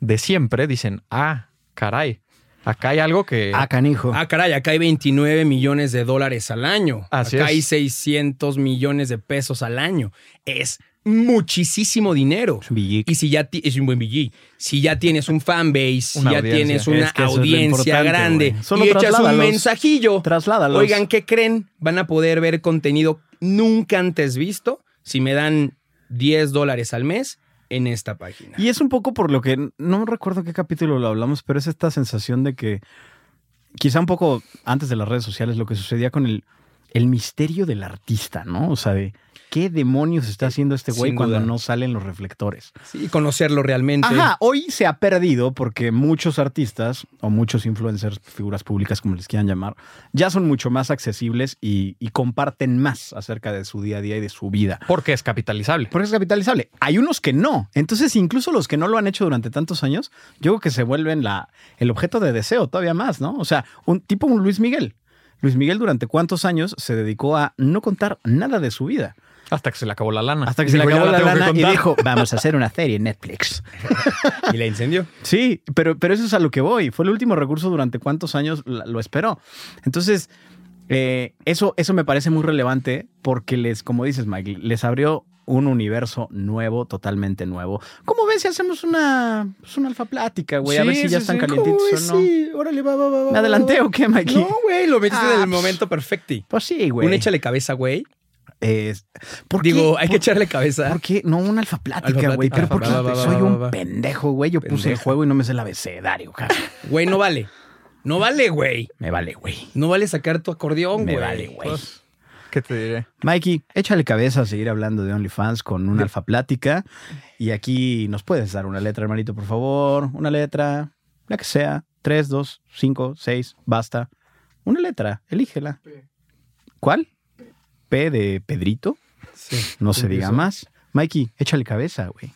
[SPEAKER 2] de siempre dicen, ah, caray, Acá hay algo que.
[SPEAKER 3] Ah, canijo.
[SPEAKER 1] Ah, caray, acá hay 29 millones de dólares al año.
[SPEAKER 2] Así
[SPEAKER 1] acá
[SPEAKER 2] es.
[SPEAKER 1] hay 600 millones de pesos al año. Es muchísimo dinero. Y si ya ti- es un buen BG, si ya tienes un fanbase, si
[SPEAKER 2] Una
[SPEAKER 1] ya
[SPEAKER 2] audiencia.
[SPEAKER 1] tienes una
[SPEAKER 3] Es que eso es lo
[SPEAKER 1] audiencia
[SPEAKER 3] importante,
[SPEAKER 1] grande
[SPEAKER 3] güey. Solo
[SPEAKER 1] y echas un
[SPEAKER 3] trasládalos.
[SPEAKER 1] mensajillo,
[SPEAKER 3] Trasládalos.
[SPEAKER 1] oigan, ¿qué creen? Van a poder ver contenido nunca antes visto si me dan 10 dólares al mes en esta página.
[SPEAKER 3] Y es un poco por lo que, no recuerdo qué capítulo lo hablamos, pero es esta sensación de que quizá un poco antes de las redes sociales lo que sucedía con el, el misterio del artista, ¿no? O sea, de qué demonios está haciendo este güey
[SPEAKER 1] Sin
[SPEAKER 3] cuando
[SPEAKER 1] duda.
[SPEAKER 3] no salen los reflectores.
[SPEAKER 1] Sí, conocerlo realmente.
[SPEAKER 3] Ajá, hoy se ha perdido porque muchos artistas o muchos influencers, figuras públicas como les quieran llamar, ya son mucho más accesibles y, y comparten más acerca de su día a día y de su vida.
[SPEAKER 2] Porque es capitalizable.
[SPEAKER 3] Porque es capitalizable. Hay unos que no. Entonces, incluso los que no lo han hecho durante tantos años, yo creo que se vuelven la, el objeto de deseo todavía más, ¿no? O sea, un tipo un Luis Miguel. Luis Miguel durante cuántos años se dedicó a no contar nada de su vida.
[SPEAKER 2] Hasta que se le acabó la lana.
[SPEAKER 3] Hasta que se le
[SPEAKER 2] Dijo, "Ya
[SPEAKER 3] acabó la
[SPEAKER 2] tengo que
[SPEAKER 3] lana Ah, y
[SPEAKER 2] contar".
[SPEAKER 3] dijo, vamos a hacer una serie en Netflix.
[SPEAKER 1] Y la incendió.
[SPEAKER 3] Sí, pero, pero eso es a lo que voy. Fue el último recurso durante cuántos años la- lo esperó. Entonces, eh, eso, eso me parece muy relevante porque les, como dices, Mike, les abrió un universo nuevo, totalmente nuevo. ¿Cómo ves si hacemos una, pues, una alfa plática, güey? a ver
[SPEAKER 2] Sí,
[SPEAKER 3] si ya
[SPEAKER 2] sí,
[SPEAKER 3] están
[SPEAKER 2] sí.
[SPEAKER 3] calientitos
[SPEAKER 1] Uy,
[SPEAKER 3] o no.
[SPEAKER 1] sí, órale, va, va, va, va,
[SPEAKER 3] ¿Me adelanté
[SPEAKER 1] va,
[SPEAKER 3] o qué, Mikey?
[SPEAKER 1] va. No, güey, lo metiste
[SPEAKER 3] Ah,
[SPEAKER 1] en el
[SPEAKER 3] pf.
[SPEAKER 1] momento perfecto.
[SPEAKER 3] Pues sí, güey.
[SPEAKER 1] Un échale cabeza, güey.
[SPEAKER 3] Eh, ¿por qué-
[SPEAKER 1] Digo, hay que
[SPEAKER 3] por-
[SPEAKER 1] echarle cabeza.
[SPEAKER 3] ¿Por qué? No, una alfa plática, güey.
[SPEAKER 1] Alfaplática,
[SPEAKER 3] Pero porque
[SPEAKER 1] alfaplática. Va, va,
[SPEAKER 3] soy
[SPEAKER 1] va,
[SPEAKER 3] un
[SPEAKER 1] va, va.
[SPEAKER 3] pendejo, güey. Yo puse el
[SPEAKER 1] Pendejo.
[SPEAKER 3] juego y no me sé el abecedario, cara.
[SPEAKER 1] Güey, no vale. No vale, güey.
[SPEAKER 3] Me vale, güey.
[SPEAKER 1] No vale sacar tu acordeón,
[SPEAKER 3] Me
[SPEAKER 1] güey. Pues,
[SPEAKER 3] vale, güey.
[SPEAKER 2] ¿Qué te diré?
[SPEAKER 3] Mikey, échale cabeza a seguir hablando de OnlyFans con una alfa plática. Y aquí nos puedes dar una letra, hermanito, por favor. Una letra, la que sea. Tres, dos, cinco, seis, basta. Una letra, elígela. ¿Cuál? P de Pedrito.
[SPEAKER 1] Sí.
[SPEAKER 3] No se diga
[SPEAKER 1] Eso.
[SPEAKER 3] más. Mikey, échale cabeza, güey.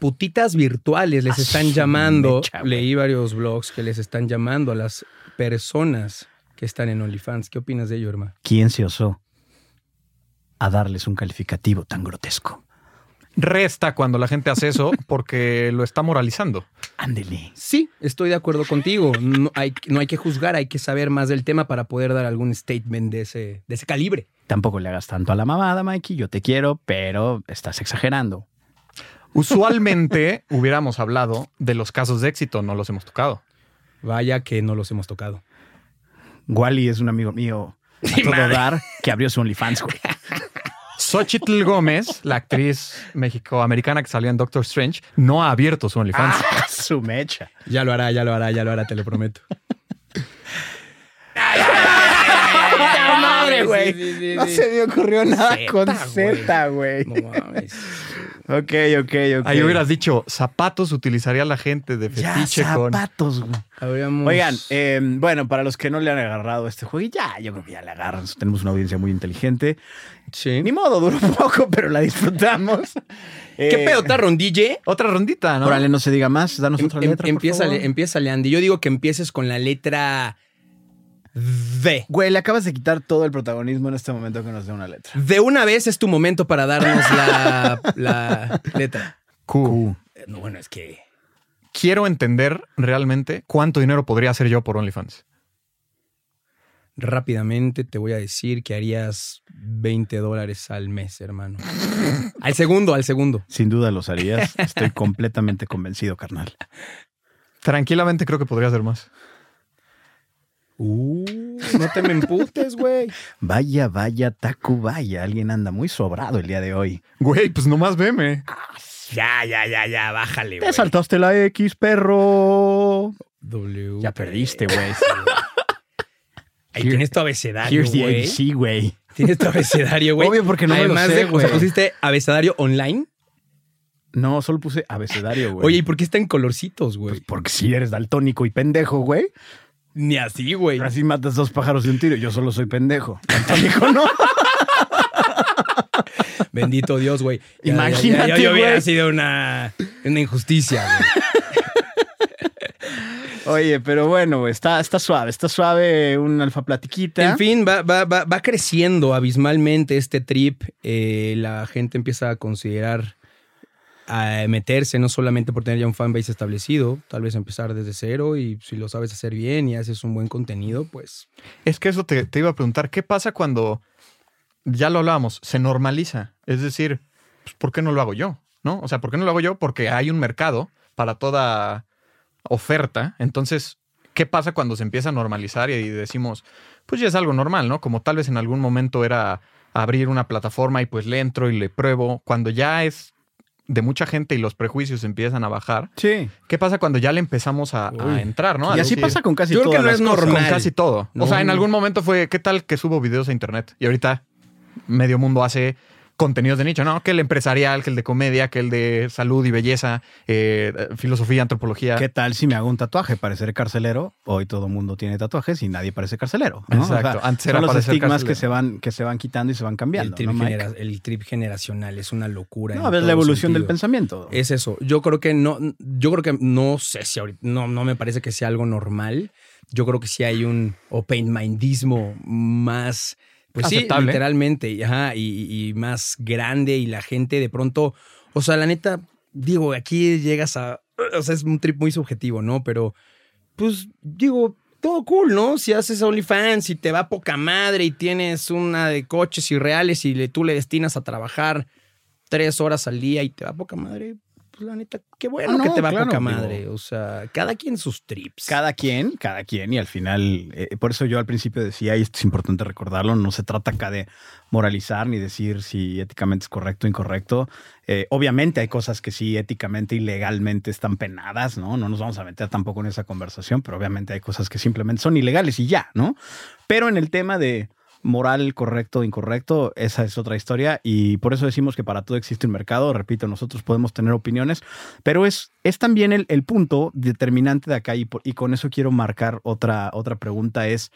[SPEAKER 1] Putitas virtuales les
[SPEAKER 3] Ah,
[SPEAKER 1] están
[SPEAKER 3] su
[SPEAKER 1] llamando.
[SPEAKER 3] mecha, güey.
[SPEAKER 1] Leí varios blogs que les están llamando a las personas que están en OnlyFans. ¿Qué opinas de ello, hermano?
[SPEAKER 3] ¿Quién se osó a darles un calificativo tan grotesco?
[SPEAKER 2] Resta cuando la gente hace eso porque lo está moralizando.
[SPEAKER 3] Ándele.
[SPEAKER 1] Sí, estoy de acuerdo contigo. No hay, no hay que juzgar, hay que saber más del tema para poder dar algún statement de ese, de ese calibre.
[SPEAKER 3] Tampoco le hagas tanto a la mamada, Mikey. Yo te quiero, pero estás exagerando.
[SPEAKER 2] Usualmente hubiéramos hablado de los casos de éxito, no los hemos tocado.
[SPEAKER 1] Vaya que no los hemos tocado.
[SPEAKER 3] Wally es un amigo mío a todo dar que abrió su OnlyFans, güey.
[SPEAKER 2] Xochitl Gómez, la actriz mexicoamericana que salió en Doctor Strange, no ha abierto su OnlyFans.
[SPEAKER 3] Ah, su mecha.
[SPEAKER 1] Ya lo hará, ya lo hará, ya lo hará, te lo prometo.
[SPEAKER 3] ¡Puta
[SPEAKER 1] sí,
[SPEAKER 3] madre, güey!
[SPEAKER 1] sí, sí,
[SPEAKER 3] no
[SPEAKER 1] sí.
[SPEAKER 3] se me ocurrió nada
[SPEAKER 1] Zeta,
[SPEAKER 3] con
[SPEAKER 1] güey.
[SPEAKER 3] Z, güey.
[SPEAKER 1] No mames.
[SPEAKER 3] Ok, ok, ok.
[SPEAKER 2] Ahí hubieras dicho, zapatos utilizaría la gente de
[SPEAKER 3] ya,
[SPEAKER 2] fetiche con...
[SPEAKER 3] zapatos, güey.
[SPEAKER 1] Habríamos-
[SPEAKER 3] Oigan, eh, bueno, para los que no le han agarrado este juego, y ya, yo creo que ya le agarran. Tenemos una audiencia muy inteligente.
[SPEAKER 1] Sí.
[SPEAKER 3] Ni modo, duró poco, pero la disfrutamos.
[SPEAKER 1] ¿Qué pedo, Tarron DJ?
[SPEAKER 2] Otra rondita, ¿no?
[SPEAKER 3] Órale, no se diga más. Danos otra
[SPEAKER 1] Em- em-
[SPEAKER 3] letra, por
[SPEAKER 1] empiézale,
[SPEAKER 3] favor.
[SPEAKER 1] empiézale, Andy. Yo digo que empieces con la letra D.
[SPEAKER 3] Güey, le acabas de quitar todo el protagonismo en este momento que nos dé una letra.
[SPEAKER 1] De una vez es tu momento para darnos la, la letra.
[SPEAKER 2] Q.
[SPEAKER 1] Eh, No, bueno, es que.
[SPEAKER 2] Quiero entender realmente cuánto dinero podría hacer yo por OnlyFans.
[SPEAKER 1] Rápidamente te voy a decir que harías 20 dólares al mes, hermano. al segundo, al segundo.
[SPEAKER 3] Sin duda los harías. Estoy completamente convencido, carnal.
[SPEAKER 2] Tranquilamente creo que podría hacer más.
[SPEAKER 1] Uh, no te me emputes, güey.
[SPEAKER 3] Vaya, vaya, Tacubaya. Alguien anda muy sobrado el día de hoy.
[SPEAKER 2] Güey, pues nomás veme.
[SPEAKER 1] Ya, ya, ya, ya, bájale, güey.
[SPEAKER 3] saltaste la X, perro.
[SPEAKER 1] W.
[SPEAKER 3] Ya perdiste, güey.
[SPEAKER 1] Ahí tienes tu abecedario,
[SPEAKER 3] Here's the
[SPEAKER 1] güey.
[SPEAKER 3] ABC, güey.
[SPEAKER 1] Tienes tu abecedario, güey.
[SPEAKER 3] Obvio, porque no me lo
[SPEAKER 1] Además
[SPEAKER 3] sé,
[SPEAKER 1] de, o sea,
[SPEAKER 3] güey.
[SPEAKER 1] pusiste abecedario online.
[SPEAKER 3] No, solo puse abecedario, güey.
[SPEAKER 1] Oye, ¿y por qué está en colorcitos, güey?
[SPEAKER 3] Pues porque si eres daltónico y pendejo, güey.
[SPEAKER 1] Ni así, güey.
[SPEAKER 3] Así matas dos pájaros de un tiro. Yo solo soy pendejo. Daltónico no.
[SPEAKER 1] Bendito Dios, güey. Ya,
[SPEAKER 3] Imagínate,
[SPEAKER 1] ya, ya, ya hubiera
[SPEAKER 3] güey.
[SPEAKER 1] sido una, una injusticia, güey.
[SPEAKER 3] Oye, pero bueno, güey, está, está suave. Está suave una alfa platiquita.
[SPEAKER 1] En fin, va, va, va, va creciendo abismalmente este trip. Eh, la gente empieza a considerar a meterse, no solamente por tener ya un fanbase establecido, tal vez empezar desde cero y si lo sabes hacer bien y haces un buen contenido, pues
[SPEAKER 2] Es que eso te, te iba a preguntar, ¿qué pasa cuando, ya lo hablábamos, se normaliza? Es decir, pues, ¿por qué no lo hago yo? ¿No? O sea, ¿por qué no lo hago yo? Porque hay un mercado para toda oferta. Entonces, ¿qué pasa cuando se empieza a normalizar y decimos, pues ya es algo normal, ¿no? Como tal vez en algún momento era abrir una plataforma y pues le entro y le pruebo. Cuando ya es de mucha gente y los prejuicios empiezan a bajar,
[SPEAKER 3] Sí.
[SPEAKER 2] ¿qué pasa cuando ya le empezamos a, a
[SPEAKER 1] Uy.
[SPEAKER 2] entrar, ¿no? A
[SPEAKER 3] y así
[SPEAKER 2] decir-
[SPEAKER 3] pasa con casi
[SPEAKER 1] Yo creo que no
[SPEAKER 3] todas
[SPEAKER 1] es
[SPEAKER 3] las cosas.
[SPEAKER 1] normal.
[SPEAKER 2] con casi todo.
[SPEAKER 1] No.
[SPEAKER 2] O sea, en algún momento fue, ¿qué tal que subo videos a internet? Y ahorita medio mundo hace contenidos de nicho, ¿no? Que el empresarial, que el de comedia, que el de salud y belleza, eh, filosofía, antropología.
[SPEAKER 3] ¿Qué tal si me hago un tatuaje para ser carcelero? Hoy todo mundo tiene tatuajes y nadie parece carcelero. ¿no?
[SPEAKER 2] Exacto. Antes era
[SPEAKER 3] son los
[SPEAKER 2] para ser
[SPEAKER 3] estigmas que
[SPEAKER 2] carcelero.
[SPEAKER 3] se van que se van quitando y se van
[SPEAKER 1] el
[SPEAKER 3] cambiando.
[SPEAKER 1] trip,
[SPEAKER 3] ¿no, Mike?
[SPEAKER 1] genera- el trip generacional es una locura.
[SPEAKER 3] No,
[SPEAKER 1] en
[SPEAKER 3] a ver
[SPEAKER 1] todo
[SPEAKER 3] la evolución del
[SPEAKER 1] sentido.
[SPEAKER 3] pensamiento.
[SPEAKER 1] Es eso. Yo creo que no, yo creo que no sé si ahorita, no, no me parece que sea algo normal. Yo creo que sí hay un open mindismo más, pues sí,
[SPEAKER 2] Aceptable.
[SPEAKER 1] literalmente, y, ajá, y, y más grande y la gente de pronto, o sea, la neta, digo, aquí llegas a, o sea, es un trip muy subjetivo, ¿no? Pero, pues, digo, todo cool, ¿no? Si haces OnlyFans y te va poca madre y tienes una de coches irreales y le, tú le destinas a trabajar tres horas al día y te va poca madre, pues la neta, qué bueno
[SPEAKER 3] Ah, no,
[SPEAKER 1] que te va
[SPEAKER 3] claro,
[SPEAKER 1] poca
[SPEAKER 3] digo.
[SPEAKER 1] madre. O sea, cada quien sus trips.
[SPEAKER 3] Cada quien, cada quien, y al final, eh, por eso yo al principio decía, y esto es importante recordarlo, no se trata acá de moralizar ni decir si éticamente es correcto o incorrecto. Eh, obviamente hay cosas que sí éticamente y legalmente están penadas, ¿no? No nos vamos a meter tampoco en esa conversación, pero obviamente hay cosas que simplemente son ilegales y ya, ¿no? Pero en el tema de moral correcto o incorrecto, esa es otra historia y por eso decimos que para todo existe un mercado, repito, nosotros podemos tener opiniones, pero es, es también el, el punto determinante de acá y, por- y con eso quiero marcar otra, otra pregunta es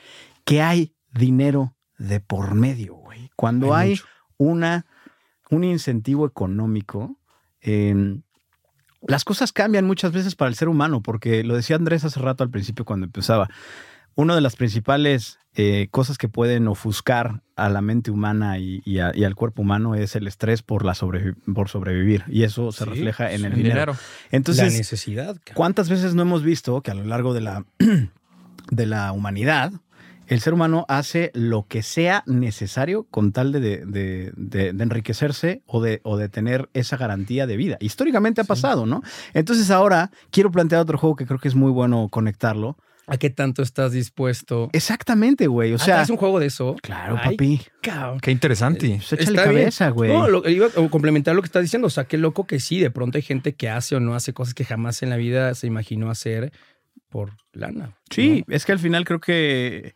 [SPEAKER 3] que hay dinero de por medio, güey. Cuando
[SPEAKER 1] Hay
[SPEAKER 3] hay,
[SPEAKER 1] mucho.
[SPEAKER 3] una, un incentivo económico, eh, las cosas cambian muchas veces para el ser humano, porque lo decía Andrés hace rato al principio cuando empezaba, una de las principales eh, cosas que pueden ofuscar a la mente humana y, y a- y al cuerpo humano es el estrés por, la sobrevi- por sobrevivir, y eso se
[SPEAKER 1] Sí,
[SPEAKER 3] refleja en el
[SPEAKER 2] En
[SPEAKER 3] dinero.
[SPEAKER 1] la
[SPEAKER 3] Entonces,
[SPEAKER 1] necesidad. ca-
[SPEAKER 3] ¿Cuántas veces no hemos visto que a lo largo de la, de la humanidad, el ser humano hace lo que sea necesario con tal de, de- de- de- de enriquecerse o de, o de tener esa garantía de vida? Históricamente ha pasado, ¿no? Entonces ahora quiero plantear otro juego que creo que es muy bueno conectarlo.
[SPEAKER 1] ¿A qué tanto estás dispuesto?
[SPEAKER 3] Exactamente, güey. O
[SPEAKER 1] Ah,
[SPEAKER 3] sea,
[SPEAKER 1] ¿traes un juego de eso?
[SPEAKER 3] claro,
[SPEAKER 1] Ay,
[SPEAKER 3] papi.
[SPEAKER 1] cabrón.
[SPEAKER 2] Qué interesante.
[SPEAKER 3] Pues échale
[SPEAKER 1] Está bien.
[SPEAKER 3] cabeza, güey.
[SPEAKER 1] No, lo, iba a complementar lo que estás diciendo. O sea, qué loco que sí, de pronto hay gente que hace o no hace cosas que jamás en la vida se imaginó hacer por lana.
[SPEAKER 3] Sí, es que al final creo que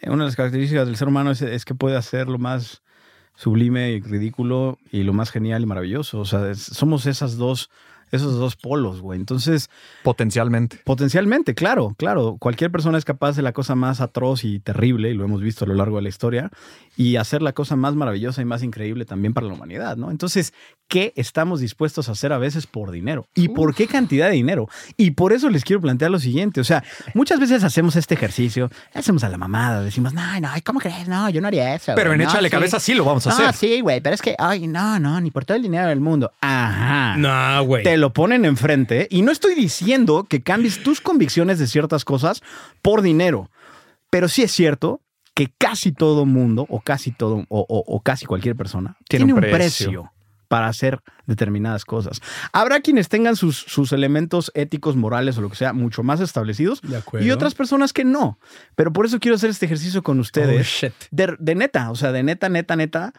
[SPEAKER 3] eh, una de las características del ser humano es, es que puede hacer lo más sublime y ridículo y lo más genial y maravilloso. O sea, es- somos esas dos, esos dos polos, güey. Entonces,
[SPEAKER 2] Potencialmente.
[SPEAKER 3] potencialmente, claro, claro, cualquier persona es capaz de la cosa más atroz y terrible, y lo hemos visto a lo largo de la historia, y hacer la cosa más maravillosa y más increíble también para la humanidad, ¿no? Entonces, ¿qué estamos dispuestos a hacer a veces por dinero? ¿Y por qué cantidad de dinero? Y por eso les quiero plantear lo siguiente, o sea, muchas veces hacemos este ejercicio, hacemos a la mamada, decimos, no, no, ¿cómo crees? No, yo no haría eso.
[SPEAKER 2] Pero en
[SPEAKER 3] güey, no,
[SPEAKER 2] Échale
[SPEAKER 3] sí.
[SPEAKER 2] Cabeza sí lo vamos a
[SPEAKER 3] No,
[SPEAKER 2] hacer.
[SPEAKER 3] sí, güey, pero es que, ay, no, no, ni por todo el dinero del mundo. Ajá
[SPEAKER 1] No, güey.
[SPEAKER 3] te lo ponen enfrente y no estoy diciendo que cambies tus convicciones de ciertas cosas por dinero, pero sí es cierto que casi todo mundo o casi todo o, o- o casi cualquier persona tiene,
[SPEAKER 2] Tiene
[SPEAKER 3] un
[SPEAKER 2] un
[SPEAKER 3] precio.
[SPEAKER 2] precio.
[SPEAKER 3] para hacer determinadas cosas. Habrá quienes tengan sus, sus elementos éticos, morales o lo que sea mucho más establecidos
[SPEAKER 1] De acuerdo.
[SPEAKER 3] y otras personas que no. Pero por eso quiero hacer este ejercicio con
[SPEAKER 1] Oh,
[SPEAKER 3] ustedes.
[SPEAKER 1] shit.
[SPEAKER 3] De, de neta, o sea, de neta, neta, neta,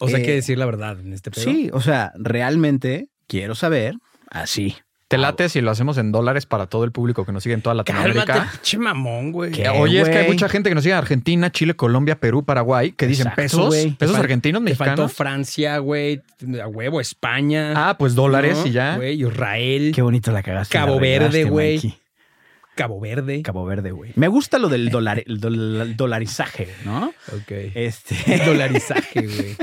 [SPEAKER 1] O sea, hay
[SPEAKER 3] Eh,
[SPEAKER 1] que decir la verdad en este pedo.
[SPEAKER 3] Sí, o sea, realmente quiero saber así.
[SPEAKER 2] Te late si lo hacemos en dólares para todo el público que nos sigue en toda Latinoamérica.
[SPEAKER 1] Cálmate, pinche mamón, güey.
[SPEAKER 3] ¿Qué?
[SPEAKER 2] Eh, Oye, es que hay
[SPEAKER 3] güey?
[SPEAKER 2] mucha gente que nos sigue en Argentina, Chile, Colombia, Perú, Paraguay, que dicen
[SPEAKER 3] Exacto,
[SPEAKER 2] pesos,
[SPEAKER 3] güey.
[SPEAKER 2] pesos
[SPEAKER 1] Te fal-
[SPEAKER 2] argentinos,
[SPEAKER 1] Te faltó
[SPEAKER 2] mexicanos.
[SPEAKER 1] Francia, güey, a huevo, España.
[SPEAKER 2] Ah, pues dólares y ya.
[SPEAKER 1] Güey, Israel,
[SPEAKER 3] Qué bonito la cagaste.
[SPEAKER 1] Cabo
[SPEAKER 3] la arreglaste,
[SPEAKER 1] Verde, güey.
[SPEAKER 3] Mikey.
[SPEAKER 1] Cabo Verde.
[SPEAKER 3] Cabo Verde, güey. Me gusta lo del dolar, el dol- el dolarizaje, ¿no?
[SPEAKER 1] ok.
[SPEAKER 3] Este.
[SPEAKER 1] Dolarizaje, güey.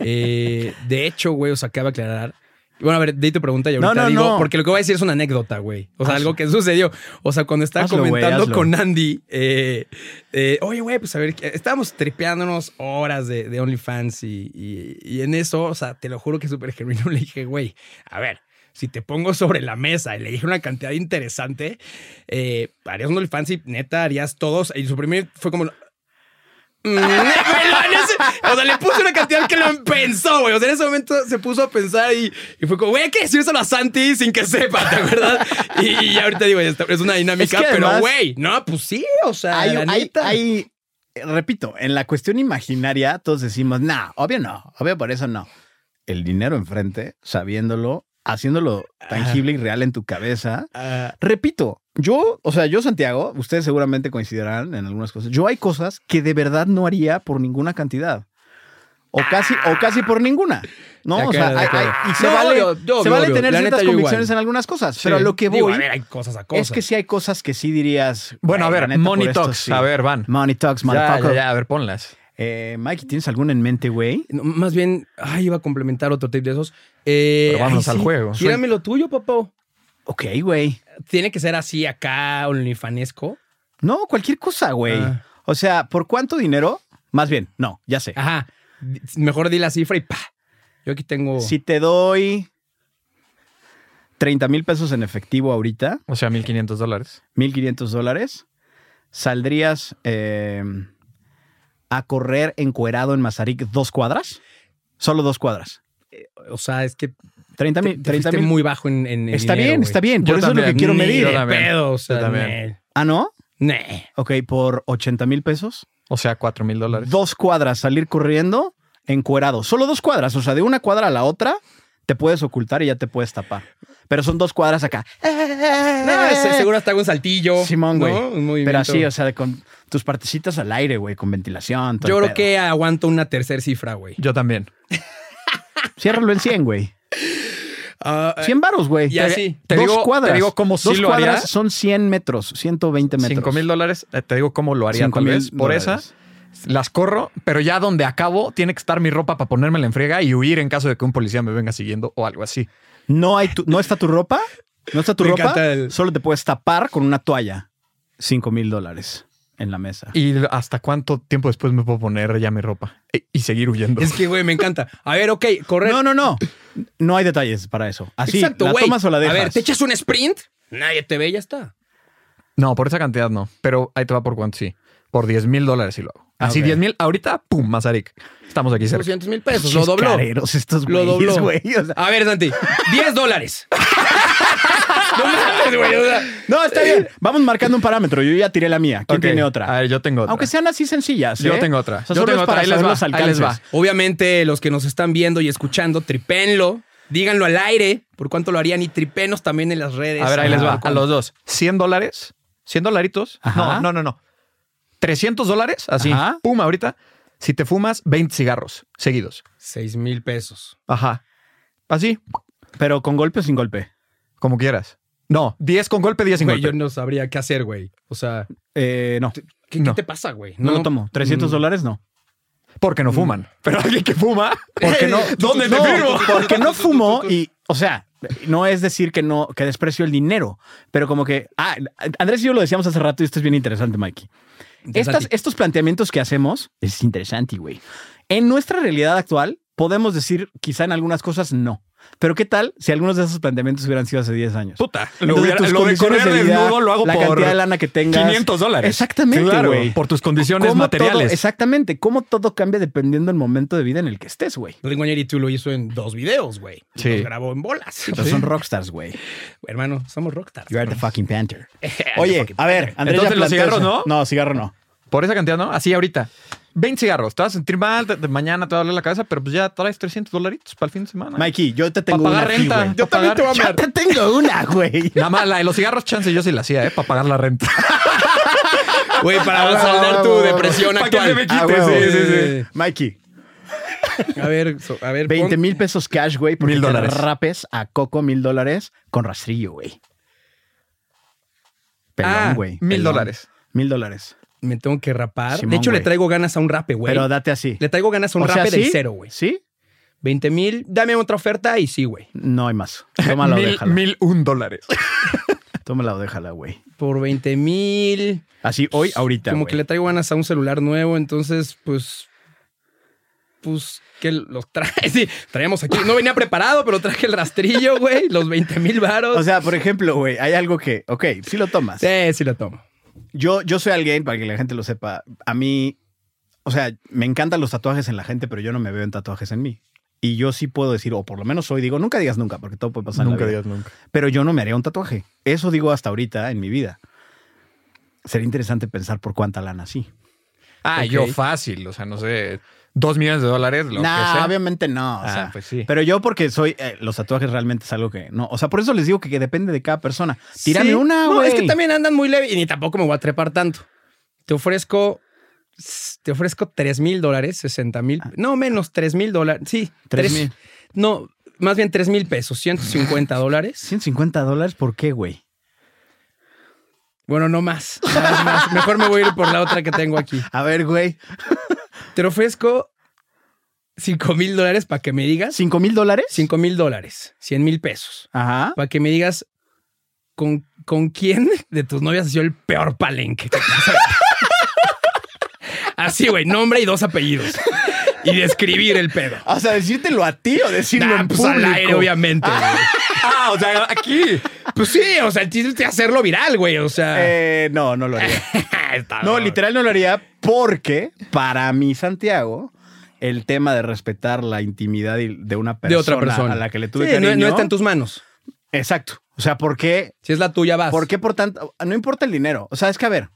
[SPEAKER 1] Eh, de hecho, güey, os acaba de aclarar Bueno, a ver, di tu pregunta y ahorita
[SPEAKER 3] No, no,
[SPEAKER 1] digo,
[SPEAKER 3] no.
[SPEAKER 1] porque lo que voy a decir es una anécdota, güey. O sea,
[SPEAKER 3] Hazlo.
[SPEAKER 1] algo que sucedió. O sea, cuando estaba
[SPEAKER 3] Hazlo, güey,
[SPEAKER 1] comentando
[SPEAKER 3] hazlo.
[SPEAKER 1] con Andy, eh, eh, oye, güey, pues a ver, que estábamos tripeándonos horas de, de OnlyFans y, y- y en eso, o sea, te lo juro que es súper genuino. Le dije, güey, a ver, si te pongo sobre la mesa y le dije una cantidad interesante, eh, harías un OnlyFans y neta harías todos. Y su primer fue como, Mm, güey, en ese- o sea, le puse una cantidad que lo pensó, güey. O sea, en ese momento se puso a pensar y, y fue como, güey, hay que decírselo a Santi sin que sepa, ¿te acuerdas? Y, y ahorita digo, "Esta- es una dinámica,
[SPEAKER 3] Es que
[SPEAKER 1] pero
[SPEAKER 3] además-
[SPEAKER 1] güey, no, pues sí, o sea,
[SPEAKER 3] hay,
[SPEAKER 1] la
[SPEAKER 3] hay-
[SPEAKER 1] neta.
[SPEAKER 3] hay- repito, en la cuestión imaginaria todos decimos, nah, obvio no, obvio por eso no. El dinero enfrente, sabiéndolo, haciéndolo tangible y real en tu cabeza.
[SPEAKER 1] Ah,
[SPEAKER 3] Repito, yo, o sea, yo Santiago, ustedes seguramente coincidirán en algunas cosas. Yo hay cosas que de verdad no haría por ninguna cantidad. O casi, o casi por ninguna. No,
[SPEAKER 1] Ah. De
[SPEAKER 3] o sea,
[SPEAKER 1] acuerdo, de
[SPEAKER 3] hay-
[SPEAKER 1] acuerdo.
[SPEAKER 3] hay- y se
[SPEAKER 1] No,
[SPEAKER 3] vale,
[SPEAKER 1] obvio, yo-
[SPEAKER 3] se
[SPEAKER 1] obvio,
[SPEAKER 3] vale
[SPEAKER 1] obvio.
[SPEAKER 3] tener
[SPEAKER 1] La
[SPEAKER 3] ciertas
[SPEAKER 1] neta, yo
[SPEAKER 3] convicciones
[SPEAKER 1] igual.
[SPEAKER 3] en algunas cosas,
[SPEAKER 2] Sí.
[SPEAKER 3] pero a lo que voy
[SPEAKER 1] digo, a ver, hay cosas a cosas.
[SPEAKER 3] es que sí hay cosas que sí dirías.
[SPEAKER 2] Bueno, a
[SPEAKER 3] "Güey,
[SPEAKER 2] ver,
[SPEAKER 3] Eh, la neta, por
[SPEAKER 2] Money
[SPEAKER 3] esto
[SPEAKER 2] Talks.
[SPEAKER 3] sí".
[SPEAKER 2] A ver, van.
[SPEAKER 3] Money Talks,
[SPEAKER 2] Ya,
[SPEAKER 3] motherfucker.
[SPEAKER 2] ya, ya, a ver, ponlas.
[SPEAKER 3] Eh, Mike, ¿tienes alguna en mente, güey?
[SPEAKER 1] No, más bien, ay, iba a complementar otro tip de esos. Eh,
[SPEAKER 2] Pero vámonos
[SPEAKER 1] ay,
[SPEAKER 2] al juego.
[SPEAKER 1] Tírame lo tuyo, papá.
[SPEAKER 3] Ok, güey.
[SPEAKER 1] Tiene que ser así acá, OnlyFanesco.
[SPEAKER 3] No, cualquier cosa, güey.
[SPEAKER 1] Ah.
[SPEAKER 3] O sea, ¿por cuánto dinero? Más bien, no, ya sé.
[SPEAKER 1] Ajá. D- Mejor di la cifra y pa. Yo aquí tengo.
[SPEAKER 3] Si te doy 30 mil pesos en efectivo ahorita,
[SPEAKER 2] O sea, 1500 dólares.
[SPEAKER 3] 1.500 dólares, ¿saldrías eh, a correr encuerado en Mazarik dos cuadras? Solo dos cuadras.
[SPEAKER 1] O sea, es que
[SPEAKER 3] 30
[SPEAKER 1] te,
[SPEAKER 3] mil.
[SPEAKER 1] te
[SPEAKER 3] 30
[SPEAKER 1] fuiste
[SPEAKER 3] mil.
[SPEAKER 1] muy bajo en, en el
[SPEAKER 3] Está
[SPEAKER 1] dinero,
[SPEAKER 3] bien,
[SPEAKER 1] güey.
[SPEAKER 3] está bien.
[SPEAKER 2] Yo
[SPEAKER 3] Por eso es lo
[SPEAKER 2] también.
[SPEAKER 3] que quiero
[SPEAKER 1] Ni
[SPEAKER 3] medir.
[SPEAKER 2] Yo
[SPEAKER 1] de
[SPEAKER 2] también.
[SPEAKER 1] pedo, o sea,
[SPEAKER 2] Yo también.
[SPEAKER 3] Ah, ¿no?
[SPEAKER 1] ne- ne.
[SPEAKER 3] Ok, por 80 mil pesos.
[SPEAKER 2] O sea, 4000 dólares.
[SPEAKER 3] Dos cuadras, salir corriendo encuerado. Solo dos cuadras. O sea, de una cuadra a la otra te puedes ocultar y ya te puedes tapar. Pero son dos cuadras acá.
[SPEAKER 1] No, ese seguro hasta hago un saltillo.
[SPEAKER 3] eh. Simón,
[SPEAKER 1] ¿no?
[SPEAKER 3] güey.
[SPEAKER 1] Un movimiento.
[SPEAKER 3] Pero así, o sea, con tus partecitas al aire, güey, con ventilación. todo
[SPEAKER 1] Yo
[SPEAKER 3] el
[SPEAKER 1] creo
[SPEAKER 3] pedo.
[SPEAKER 1] que aguanto una tercera cifra, güey.
[SPEAKER 2] Yo también.
[SPEAKER 3] Ciérralo en 100, güey.
[SPEAKER 1] Ah, eh,
[SPEAKER 3] 100 varos, güey.
[SPEAKER 1] Y así.
[SPEAKER 2] Te
[SPEAKER 3] dos
[SPEAKER 2] digo- te
[SPEAKER 3] cuadras.
[SPEAKER 2] digo cómo
[SPEAKER 3] dos
[SPEAKER 2] sí lo haría.
[SPEAKER 3] cuadras son 100 metros, 120 metros.
[SPEAKER 2] 5000 dólares, eh, te digo cómo lo haría
[SPEAKER 3] Cinco
[SPEAKER 2] tal
[SPEAKER 3] mil
[SPEAKER 2] vez. Por
[SPEAKER 3] dólares.
[SPEAKER 2] esas las corro, pero ya donde acabo tiene que estar mi ropa para ponérmela en friega y huir en caso de que un policía me venga siguiendo o algo así.
[SPEAKER 3] No, hay tu- no está tu ropa. No está tu
[SPEAKER 1] Me
[SPEAKER 3] ropa.
[SPEAKER 1] encanta el-
[SPEAKER 3] Solo te puedes tapar con una toalla. 5 mil dólares en la mesa.
[SPEAKER 2] ¿Y hasta cuánto tiempo después me puedo poner ya mi ropa? E- y seguir huyendo.
[SPEAKER 1] es que, güey, me encanta. A ver, ok, correr.
[SPEAKER 3] No, no, no. No hay detalles para eso. Así,
[SPEAKER 1] Exacto,
[SPEAKER 3] la
[SPEAKER 1] güey.
[SPEAKER 3] tomas o la
[SPEAKER 1] A
[SPEAKER 3] dejas.
[SPEAKER 1] ver, te echas un sprint, nadie te ve, ya está.
[SPEAKER 2] No, por esa cantidad no. Pero ahí te va por cuánto, sí. Por 10 mil dólares sí lo hago. Así
[SPEAKER 3] Ah, Ok.
[SPEAKER 2] 10 mil, ahorita, pum, Mazarik. Estamos aquí cerca.
[SPEAKER 1] 200 mil pesos, lo
[SPEAKER 3] Pinches
[SPEAKER 1] dobló.
[SPEAKER 3] careros estos
[SPEAKER 1] Lo
[SPEAKER 3] güeyes,
[SPEAKER 1] dobló.
[SPEAKER 3] güey. O sea,
[SPEAKER 1] A ver, Santi, 10 dólares. no mames, güey. o sea,
[SPEAKER 3] no, está bien. Vamos marcando un parámetro. Yo ya tiré la mía. ¿Quién
[SPEAKER 2] Eh, Ok.
[SPEAKER 3] tiene otra?
[SPEAKER 2] A ver, yo tengo otra.
[SPEAKER 3] Aunque sean así sencillas.
[SPEAKER 2] Yo
[SPEAKER 3] ¿eh?
[SPEAKER 2] tengo otra.
[SPEAKER 3] O sea,
[SPEAKER 2] Yo
[SPEAKER 3] solo
[SPEAKER 2] tengo
[SPEAKER 3] es
[SPEAKER 2] otra.
[SPEAKER 3] para
[SPEAKER 2] Ahí les
[SPEAKER 3] saber
[SPEAKER 2] va,
[SPEAKER 3] los
[SPEAKER 2] ahí les va.
[SPEAKER 3] alcances.
[SPEAKER 1] Obviamente, los que nos están viendo y escuchando, tripenlo, díganlo al aire por cuánto lo harían y tripenos también en las redes.
[SPEAKER 2] A ver, ahí les va.
[SPEAKER 1] Por
[SPEAKER 2] A los dos. 100 dólares. 100 dolaritos.
[SPEAKER 3] Ajá.
[SPEAKER 2] No, no, no, no. 300 dólares. Así.
[SPEAKER 3] Ajá.
[SPEAKER 2] Pum, ahorita. Si te fumas 20 cigarros seguidos.
[SPEAKER 1] 6 Ah, mil pesos.
[SPEAKER 2] Ajá. Así,
[SPEAKER 3] Pero con golpe o sin golpe.
[SPEAKER 2] como quieras. No, 10 con golpe, 10 sin
[SPEAKER 1] Güey,
[SPEAKER 2] golpe.
[SPEAKER 1] yo no sabría qué hacer, güey. O sea,
[SPEAKER 3] Eh, no,
[SPEAKER 1] ¿qué, qué
[SPEAKER 2] No. mm.
[SPEAKER 1] te pasa, güey? Mm.
[SPEAKER 3] no, lo tomo. 300 dólares no. Mm.
[SPEAKER 2] Porque no fuman. Pero alguien que fuma.
[SPEAKER 1] Porque no-
[SPEAKER 2] ¿Dónde te
[SPEAKER 3] No,
[SPEAKER 2] firmo?
[SPEAKER 3] Porque no fumo y, o sea, no es decir que no, que desprecio el dinero, pero como que, ah, Andrés y yo lo decíamos hace rato y esto es bien interesante, Mikey. Estas,
[SPEAKER 1] Santi.
[SPEAKER 3] estos planteamientos que hacemos es interesante, güey. En nuestra realidad actual podemos decir quizá en algunas cosas no, pero qué tal si algunos de esos planteamientos hubieran sido hace 10 años.
[SPEAKER 2] Puta. Lo,
[SPEAKER 3] Entonces,
[SPEAKER 2] hubiera-
[SPEAKER 3] tus
[SPEAKER 2] lo de
[SPEAKER 3] condiciones
[SPEAKER 2] correr
[SPEAKER 3] vida,
[SPEAKER 2] desnudo lo hago
[SPEAKER 3] la
[SPEAKER 2] por
[SPEAKER 3] cantidad de lana que tengas.
[SPEAKER 2] 500 dólares.
[SPEAKER 3] Exactamente,
[SPEAKER 2] Claro,
[SPEAKER 3] güey.
[SPEAKER 2] Por tus condiciones
[SPEAKER 3] Cómo todo-
[SPEAKER 2] materiales.
[SPEAKER 3] exactamente, cómo todo cambia dependiendo del momento de vida en el que estés, güey.
[SPEAKER 1] Ringoñeri tú lo hizo en dos videos, güey.
[SPEAKER 2] Sí.
[SPEAKER 1] Los grabó en bolas.
[SPEAKER 3] Pero son rockstars, güey.
[SPEAKER 1] Hermano, somos rockstars.
[SPEAKER 3] You are the fucking Panther.
[SPEAKER 1] the
[SPEAKER 3] Oye,
[SPEAKER 1] fucking
[SPEAKER 3] a ver, Andrés ya
[SPEAKER 2] Entonces, los
[SPEAKER 3] planteó
[SPEAKER 2] cigarros,
[SPEAKER 3] eso.
[SPEAKER 2] ¿no?
[SPEAKER 3] No, cigarro no.
[SPEAKER 2] Por esa cantidad, ¿no? Así ahorita. 20 cigarros. Te vas a sentir mal. te- te- mañana te va a doler la cabeza, pero pues ya traes 300 dolaritos para el fin de semana.
[SPEAKER 3] Mikey, yo te tengo una
[SPEAKER 2] pagar
[SPEAKER 3] aquí,
[SPEAKER 2] renta.
[SPEAKER 3] güey.
[SPEAKER 2] Yo también te voy a
[SPEAKER 3] Yo
[SPEAKER 2] amar.
[SPEAKER 3] te tengo una, güey.
[SPEAKER 2] Nada más la de los cigarros, chance yo sí la hacía, ¿eh? Para pagar la renta.
[SPEAKER 1] Güey, para
[SPEAKER 3] Ah,
[SPEAKER 1] saldar tu
[SPEAKER 3] huevo,
[SPEAKER 1] depresión
[SPEAKER 2] huevo. Pa' que se me
[SPEAKER 1] actual.
[SPEAKER 2] quite.
[SPEAKER 3] Ah, huevo.
[SPEAKER 2] sí,
[SPEAKER 1] sí, sí.
[SPEAKER 3] Eh, Mikey,
[SPEAKER 1] A ver, so- a ver.
[SPEAKER 3] 20
[SPEAKER 1] pon-
[SPEAKER 3] mil pesos cash, güey, porque
[SPEAKER 2] Mil
[SPEAKER 3] te
[SPEAKER 2] dólares.
[SPEAKER 3] rapes a Coco mil dólares con rastrillo, güey.
[SPEAKER 1] Ah,
[SPEAKER 3] Pelón, güey.
[SPEAKER 2] Mil
[SPEAKER 3] pelón.
[SPEAKER 2] dólares.
[SPEAKER 3] Mil dólares.
[SPEAKER 1] Me tengo que rapar.
[SPEAKER 3] Simón,
[SPEAKER 1] de hecho, le
[SPEAKER 3] güey.
[SPEAKER 1] traigo ganas a un rape, güey.
[SPEAKER 3] Pero date así.
[SPEAKER 1] Le traigo ganas a un
[SPEAKER 3] O sea,
[SPEAKER 1] rape del
[SPEAKER 3] ¿sí?
[SPEAKER 1] cero, güey.
[SPEAKER 3] ¿Sí?
[SPEAKER 1] 20 mil, dame otra oferta y sí, güey.
[SPEAKER 3] No hay más. Tómala o
[SPEAKER 2] mil,
[SPEAKER 3] déjala.
[SPEAKER 2] mil un dólares.
[SPEAKER 3] Tómala o déjala, güey.
[SPEAKER 1] Por 20 mil.
[SPEAKER 3] Así hoy, ahorita.
[SPEAKER 1] Como
[SPEAKER 3] güey.
[SPEAKER 1] que le traigo ganas a un celular nuevo, entonces, pues. Pues que los trae. Sí, traemos aquí. No venía preparado, pero traje el rastrillo, güey. Los 20 mil varos.
[SPEAKER 3] O sea, por ejemplo, güey, hay algo que, ok, sí lo tomas.
[SPEAKER 1] sí, sí lo tomo.
[SPEAKER 3] Yo, yo soy alguien, para que la gente lo sepa, a mí, o sea, me encantan los tatuajes en la gente, pero yo no me veo en tatuajes en mí. Y yo sí puedo decir, o por lo menos hoy digo, nunca digas nunca, porque todo puede pasar. en la
[SPEAKER 2] nunca
[SPEAKER 3] vida.
[SPEAKER 2] digas nunca.
[SPEAKER 3] Pero yo no me haría un tatuaje. Eso digo hasta ahorita en mi vida. Sería interesante pensar por cuánta lana sí.
[SPEAKER 2] Ah,
[SPEAKER 1] Ok.
[SPEAKER 2] yo fácil, o sea, no sé, dos millones de dólares, lo que
[SPEAKER 3] Nah,
[SPEAKER 2] sea.
[SPEAKER 3] obviamente no. o
[SPEAKER 2] Ah,
[SPEAKER 3] sea,
[SPEAKER 2] pues sí.
[SPEAKER 3] Pero yo porque soy, eh, los tatuajes realmente es algo que no. O sea, por eso les digo que, que depende de cada persona. Tírame
[SPEAKER 1] Sí.
[SPEAKER 3] una, güey.
[SPEAKER 1] No, es que también andan muy leve y ni tampoco me voy a trepar tanto. Te ofrezco. Te ofrezco 3 mil dólares, 60 mil. No, menos 3 mil dólares. Sí,
[SPEAKER 3] Ah. Tres
[SPEAKER 1] tres-
[SPEAKER 3] mil.
[SPEAKER 1] No, más bien 3 mil pesos, 150 dólares.
[SPEAKER 3] 150 dólares, ¿por qué, güey?
[SPEAKER 1] Bueno, no más. nada más, más. Mejor me voy a ir por la otra que tengo aquí.
[SPEAKER 3] A ver, güey.
[SPEAKER 1] Te ofrezco 5 mil dólares para que me digas.
[SPEAKER 3] ¿Cinco mil dólares?
[SPEAKER 1] 5 mil dólares, 100 mil pesos.
[SPEAKER 3] Ajá.
[SPEAKER 1] Para que me digas con, con quién de tus novias ha sido el peor palenque. Así, güey, nombre y dos apellidos. Y describir el pedo.
[SPEAKER 3] O sea, decírtelo a ti o decirlo
[SPEAKER 1] Nah,
[SPEAKER 3] en
[SPEAKER 1] pues,
[SPEAKER 3] público.
[SPEAKER 1] al aire, obviamente. güey.
[SPEAKER 2] Ah, o sea, aquí.
[SPEAKER 1] Pues sí, o sea, el chiste es hacerlo viral, güey. O sea,
[SPEAKER 3] Eh, no, no lo haría.
[SPEAKER 1] está
[SPEAKER 3] No,
[SPEAKER 1] bien.
[SPEAKER 3] literal no lo haría porque para mí, Santiago, el tema de respetar la intimidad y- de una persona,
[SPEAKER 1] De otra persona.
[SPEAKER 3] a la que le tuve
[SPEAKER 1] Sí, no-
[SPEAKER 3] cariño.
[SPEAKER 1] No, está en tus manos.
[SPEAKER 3] Exacto. O sea, ¿por qué?
[SPEAKER 1] Si es la tuya, vas.
[SPEAKER 3] ¿Por qué por tanto? No importa el dinero. O sea, es que a ver,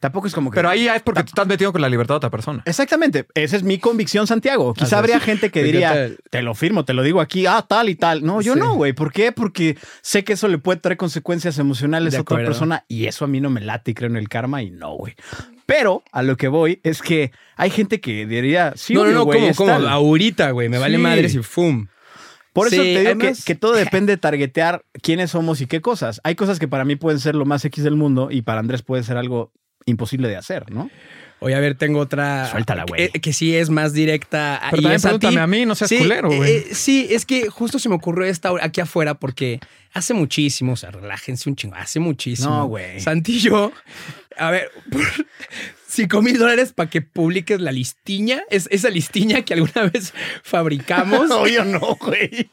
[SPEAKER 3] tampoco es como que...
[SPEAKER 2] Pero ahí ya es porque tú estás metido con la libertad de otra persona.
[SPEAKER 3] Exactamente, esa es mi convicción, Santiago. Quizá
[SPEAKER 1] Así
[SPEAKER 3] habría
[SPEAKER 1] es.
[SPEAKER 3] gente que
[SPEAKER 1] Me
[SPEAKER 3] diría,
[SPEAKER 1] encanta.
[SPEAKER 3] te lo firmo, te lo digo aquí, ah, tal y tal. No, yo
[SPEAKER 1] Sí.
[SPEAKER 3] no, güey. ¿Por qué? Porque sé que eso le puede traer consecuencias emocionales
[SPEAKER 1] De
[SPEAKER 3] a otra
[SPEAKER 1] acuerdo.
[SPEAKER 3] persona y eso a mí no me late y creo en el karma y no, güey. Pero a lo que voy es que hay gente que diría, sí,
[SPEAKER 1] no, no,
[SPEAKER 3] obvio,
[SPEAKER 1] no,
[SPEAKER 3] güey,
[SPEAKER 1] ¿cómo,
[SPEAKER 3] es
[SPEAKER 1] cómo?
[SPEAKER 3] tal".
[SPEAKER 1] Ahorita, güey, me vale
[SPEAKER 3] Sí.
[SPEAKER 1] madres y ¡fum!
[SPEAKER 3] Por eso
[SPEAKER 1] Sí,
[SPEAKER 3] te digo
[SPEAKER 1] además-
[SPEAKER 3] que, que todo depende de targetear quiénes somos y qué cosas. Hay cosas que para mí pueden ser lo más X del mundo y para Andrés puede ser algo imposible de hacer, ¿no?
[SPEAKER 1] Oye, a ver, tengo otra.
[SPEAKER 3] Suéltala, güey.
[SPEAKER 1] Que, que sí es más directa.
[SPEAKER 2] Pero
[SPEAKER 1] y
[SPEAKER 2] también
[SPEAKER 1] es a ti.
[SPEAKER 2] pregúntame a mí, no seas
[SPEAKER 1] Sí,
[SPEAKER 2] culero,
[SPEAKER 1] eh,
[SPEAKER 2] güey.
[SPEAKER 1] eh, sí, es que justo se me ocurrió esta hora- aquí afuera porque hace muchísimo, o sea, relájense un chingo, hace muchísimo.
[SPEAKER 3] No, güey.
[SPEAKER 1] Santi y yo, a ver, por 5 mil dólares para que publiques la listiña, es, esa listiña que alguna vez fabricamos,
[SPEAKER 3] yo no, güey.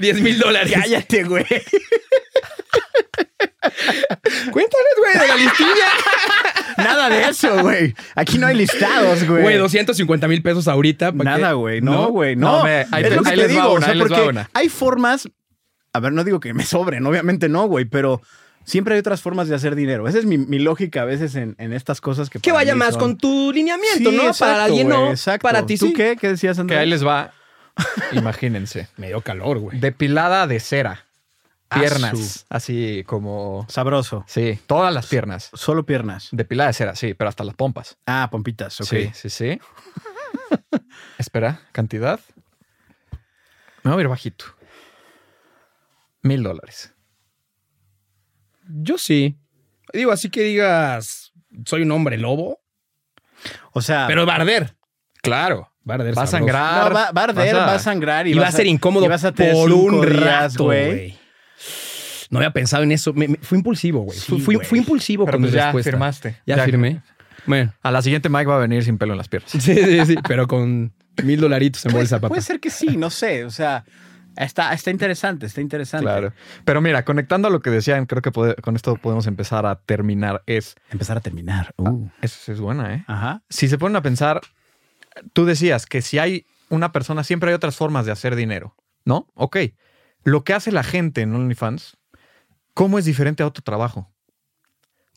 [SPEAKER 1] 10 mil dólares.
[SPEAKER 3] Cállate, güey.
[SPEAKER 1] Cuéntales, güey, de la listiña.
[SPEAKER 3] Nada de eso, güey. Aquí no hay listados, güey.
[SPEAKER 1] Güey, 250 mil pesos ahorita. pa'
[SPEAKER 3] Nada,
[SPEAKER 1] que-
[SPEAKER 3] güey. No, güey. No,
[SPEAKER 2] No, me- ahí
[SPEAKER 3] es
[SPEAKER 2] te-
[SPEAKER 3] lo que
[SPEAKER 2] ahí
[SPEAKER 3] te
[SPEAKER 2] les va
[SPEAKER 3] digo. o
[SPEAKER 2] una,
[SPEAKER 3] sea,
[SPEAKER 2] ahí les va
[SPEAKER 3] porque
[SPEAKER 2] una.
[SPEAKER 3] hay formas. A ver, no digo que me sobren, obviamente no, güey, pero siempre hay otras formas de hacer dinero. Esa es mi, mi lógica a veces en, en estas cosas que.
[SPEAKER 1] Que
[SPEAKER 3] para
[SPEAKER 1] vaya
[SPEAKER 3] mí
[SPEAKER 1] más
[SPEAKER 3] son-
[SPEAKER 1] con tu lineamiento,
[SPEAKER 3] Sí,
[SPEAKER 1] ¿no?
[SPEAKER 3] exacto,
[SPEAKER 1] para alguien
[SPEAKER 3] güey,
[SPEAKER 1] no.
[SPEAKER 3] exacto.
[SPEAKER 1] Para ti
[SPEAKER 3] ¿Tú
[SPEAKER 1] sí.
[SPEAKER 3] qué? ¿Qué decías,
[SPEAKER 2] Que ahí
[SPEAKER 3] Andrés?
[SPEAKER 2] les va. Imagínense.
[SPEAKER 1] Me dio calor, güey.
[SPEAKER 2] Depilada de cera.
[SPEAKER 3] Asu.
[SPEAKER 2] Piernas. Así como.
[SPEAKER 3] Sabroso.
[SPEAKER 2] Sí, todas las piernas.
[SPEAKER 3] Solo piernas.
[SPEAKER 2] Depilada de cera, sí, pero hasta las pompas.
[SPEAKER 3] Ah, pompitas, ok.
[SPEAKER 2] Sí, sí, sí. Espera, cantidad. Me voy a ir bajito. Mil dólares.
[SPEAKER 1] Yo sí. Digo, así que digas, soy un hombre lobo,
[SPEAKER 3] O sea,
[SPEAKER 1] pero barder.
[SPEAKER 2] Claro.
[SPEAKER 1] Barder.
[SPEAKER 2] Va a
[SPEAKER 3] no,
[SPEAKER 2] sangrar.
[SPEAKER 3] Ah. va, va a arder,
[SPEAKER 2] vas
[SPEAKER 3] va a sangrar y,
[SPEAKER 1] Y,
[SPEAKER 3] vas
[SPEAKER 1] va a ser incómodo
[SPEAKER 3] y vas a tener
[SPEAKER 1] por
[SPEAKER 3] cinco
[SPEAKER 1] un
[SPEAKER 3] días,
[SPEAKER 1] rato, güey. No había pensado en eso. Me- me- fui impulsivo, güey.
[SPEAKER 3] Sí,
[SPEAKER 1] fui, fui-
[SPEAKER 3] güey.
[SPEAKER 1] fui impulsivo
[SPEAKER 2] Pero
[SPEAKER 1] con mi
[SPEAKER 2] pues ya
[SPEAKER 1] respuesta.
[SPEAKER 2] firmaste.
[SPEAKER 1] Ya, firmé. Bueno.
[SPEAKER 2] A la siguiente Mike va a venir sin pelo en las piernas.
[SPEAKER 1] Sí, sí, sí. pero con mil dolaritos en bolsa, papá.
[SPEAKER 3] Puede ser que Pues, sí, no sé. O sea, está, está interesante, está interesante.
[SPEAKER 2] Claro. Pero mira, conectando a lo que decían, creo que pode- con esto podemos empezar a terminar. Es,
[SPEAKER 3] Empezar a terminar. uh.
[SPEAKER 2] es, es buena, ¿eh?
[SPEAKER 3] Ah, Ajá.
[SPEAKER 2] Si se ponen a pensar, tú decías que si hay una persona, siempre hay otras formas de hacer dinero, ¿no? Ok. Lo que hace la gente en OnlyFans, ¿cómo es diferente a otro trabajo?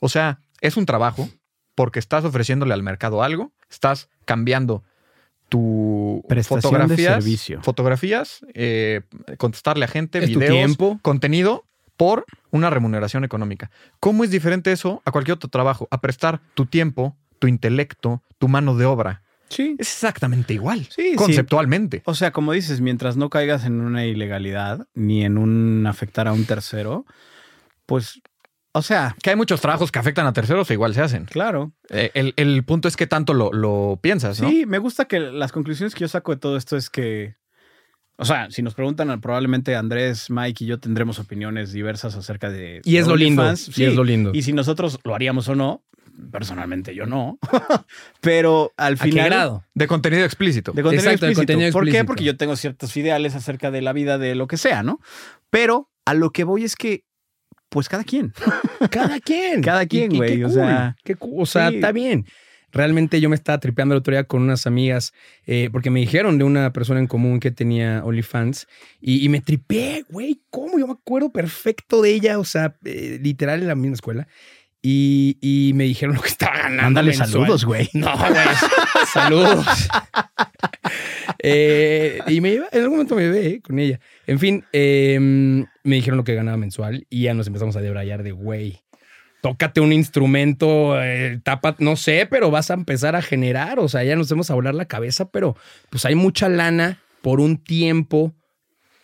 [SPEAKER 2] O sea, es un trabajo porque estás ofreciéndole al mercado algo, estás cambiando tu
[SPEAKER 3] Prestación de
[SPEAKER 2] fotografías,
[SPEAKER 3] servicio.
[SPEAKER 2] fotografías, eh, contestarle a gente,
[SPEAKER 1] Es tu
[SPEAKER 2] videos,
[SPEAKER 1] tiempo.
[SPEAKER 2] contenido por una remuneración económica. ¿Cómo es diferente eso a cualquier otro trabajo? A prestar tu tiempo, tu intelecto, tu mano de obra.
[SPEAKER 3] Sí.
[SPEAKER 2] Es exactamente igual,
[SPEAKER 3] Sí, sí.
[SPEAKER 2] conceptualmente.
[SPEAKER 3] O sea, como dices, mientras no caigas en una ilegalidad ni en un afectar a un tercero, pues, o sea,
[SPEAKER 2] Que hay muchos trabajos que afectan a terceros e igual se hacen.
[SPEAKER 3] claro.
[SPEAKER 2] Eh, El, el punto es que tanto lo, lo piensas, ¿no?
[SPEAKER 3] Sí, me gusta que las conclusiones que yo saco de todo esto es que O sea, si nos preguntan, probablemente Andrés, Mike y yo tendremos opiniones diversas acerca de.
[SPEAKER 1] Y
[SPEAKER 3] de
[SPEAKER 1] es lo lindo,
[SPEAKER 3] OnlyFans.
[SPEAKER 1] y es lo lindo.
[SPEAKER 3] Y si nosotros lo haríamos o no, personalmente yo no. Pero
[SPEAKER 1] ¿A
[SPEAKER 3] al
[SPEAKER 1] qué
[SPEAKER 3] final.
[SPEAKER 1] grado?
[SPEAKER 2] De contenido explícito.
[SPEAKER 3] De contenido
[SPEAKER 1] Exacto, de
[SPEAKER 3] explícito.
[SPEAKER 1] contenido
[SPEAKER 3] ¿Por qué?
[SPEAKER 1] explícito.
[SPEAKER 3] Porque yo tengo ciertos ideales acerca de la vida de lo que sea, ¿no? Pero a lo que voy es que, pues cada quien.
[SPEAKER 1] Cada quien.
[SPEAKER 3] Cada
[SPEAKER 1] Y-
[SPEAKER 3] quien,
[SPEAKER 1] y
[SPEAKER 3] güey,
[SPEAKER 1] qué
[SPEAKER 3] o
[SPEAKER 1] cool,
[SPEAKER 3] sea,
[SPEAKER 1] qué cool, o sea,
[SPEAKER 3] sí.
[SPEAKER 1] está bien. Realmente yo me estaba tripeando el otro día con unas amigas eh, porque me dijeron de una persona en común que tenía OnlyFans y, y me tripé, güey, ¿cómo? Yo me acuerdo perfecto de ella, o sea, eh, literal en la misma escuela. Y, y me dijeron lo que estaba ganando.
[SPEAKER 3] Mándale
[SPEAKER 1] mensual.
[SPEAKER 3] saludos, güey.
[SPEAKER 1] No, güey. Saludos. Eh, y me iba, en algún momento me llevé eh, con ella. En fin, eh, me dijeron lo que ganaba mensual y ya nos empezamos a debrayar de güey. Tócate un instrumento, eh, tapa, no sé, pero vas a empezar a generar. O sea, ya nos hemos a volar la cabeza, pero pues hay mucha lana por un tiempo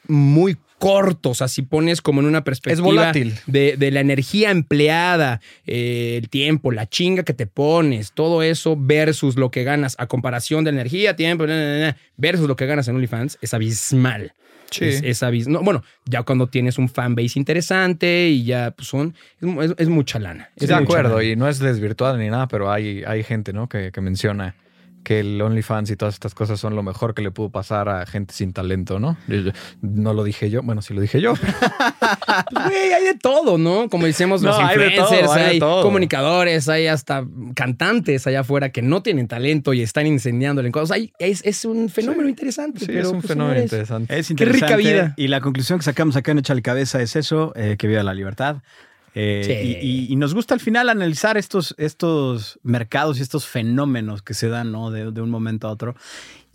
[SPEAKER 1] muy corto. O sea, si pones como en una perspectiva
[SPEAKER 2] volátil.
[SPEAKER 1] de, de la energía empleada, eh, el tiempo, la chinga que te pones, todo eso versus lo que ganas a comparación de energía, tiempo, na, na, na, versus lo que ganas en OnlyFans es abismal.
[SPEAKER 2] Sí.
[SPEAKER 1] Es, es abis- no, bueno, ya cuando tienes un fanbase interesante y ya pues, son. Es, es mucha lana. Es
[SPEAKER 2] de
[SPEAKER 1] mucha
[SPEAKER 2] acuerdo,
[SPEAKER 1] lana.
[SPEAKER 2] y no es desvirtuada ni nada, pero hay, hay gente, ¿no? Que, que menciona que el OnlyFans y todas estas cosas son lo mejor que le pudo pasar a gente sin talento, ¿no? Yo- yo- no lo dije yo, bueno, sí lo dije yo.
[SPEAKER 1] Pues, güey, hay de todo, ¿no? Como decimos los
[SPEAKER 2] No, hay de
[SPEAKER 1] influencers, hay,
[SPEAKER 2] todo, hay de todo.
[SPEAKER 1] comunicadores, hay hasta cantantes allá afuera que no tienen talento y están incendiándole en cosas. Hay- es, es un fenómeno interesante.
[SPEAKER 2] Sí,
[SPEAKER 1] pero,
[SPEAKER 2] es un
[SPEAKER 1] pues,
[SPEAKER 2] fenómeno
[SPEAKER 1] señores,
[SPEAKER 2] interesante.
[SPEAKER 3] Es
[SPEAKER 1] Qué rica
[SPEAKER 3] interesante.
[SPEAKER 1] vida.
[SPEAKER 3] Y la conclusión que sacamos acá en Echa la Cabeza es eso, eh, que viva la libertad. Eh,
[SPEAKER 1] Sí.
[SPEAKER 3] y, y- y nos gusta al final analizar estos, estos mercados y estos fenómenos que se dan ¿no? de, de un momento a otro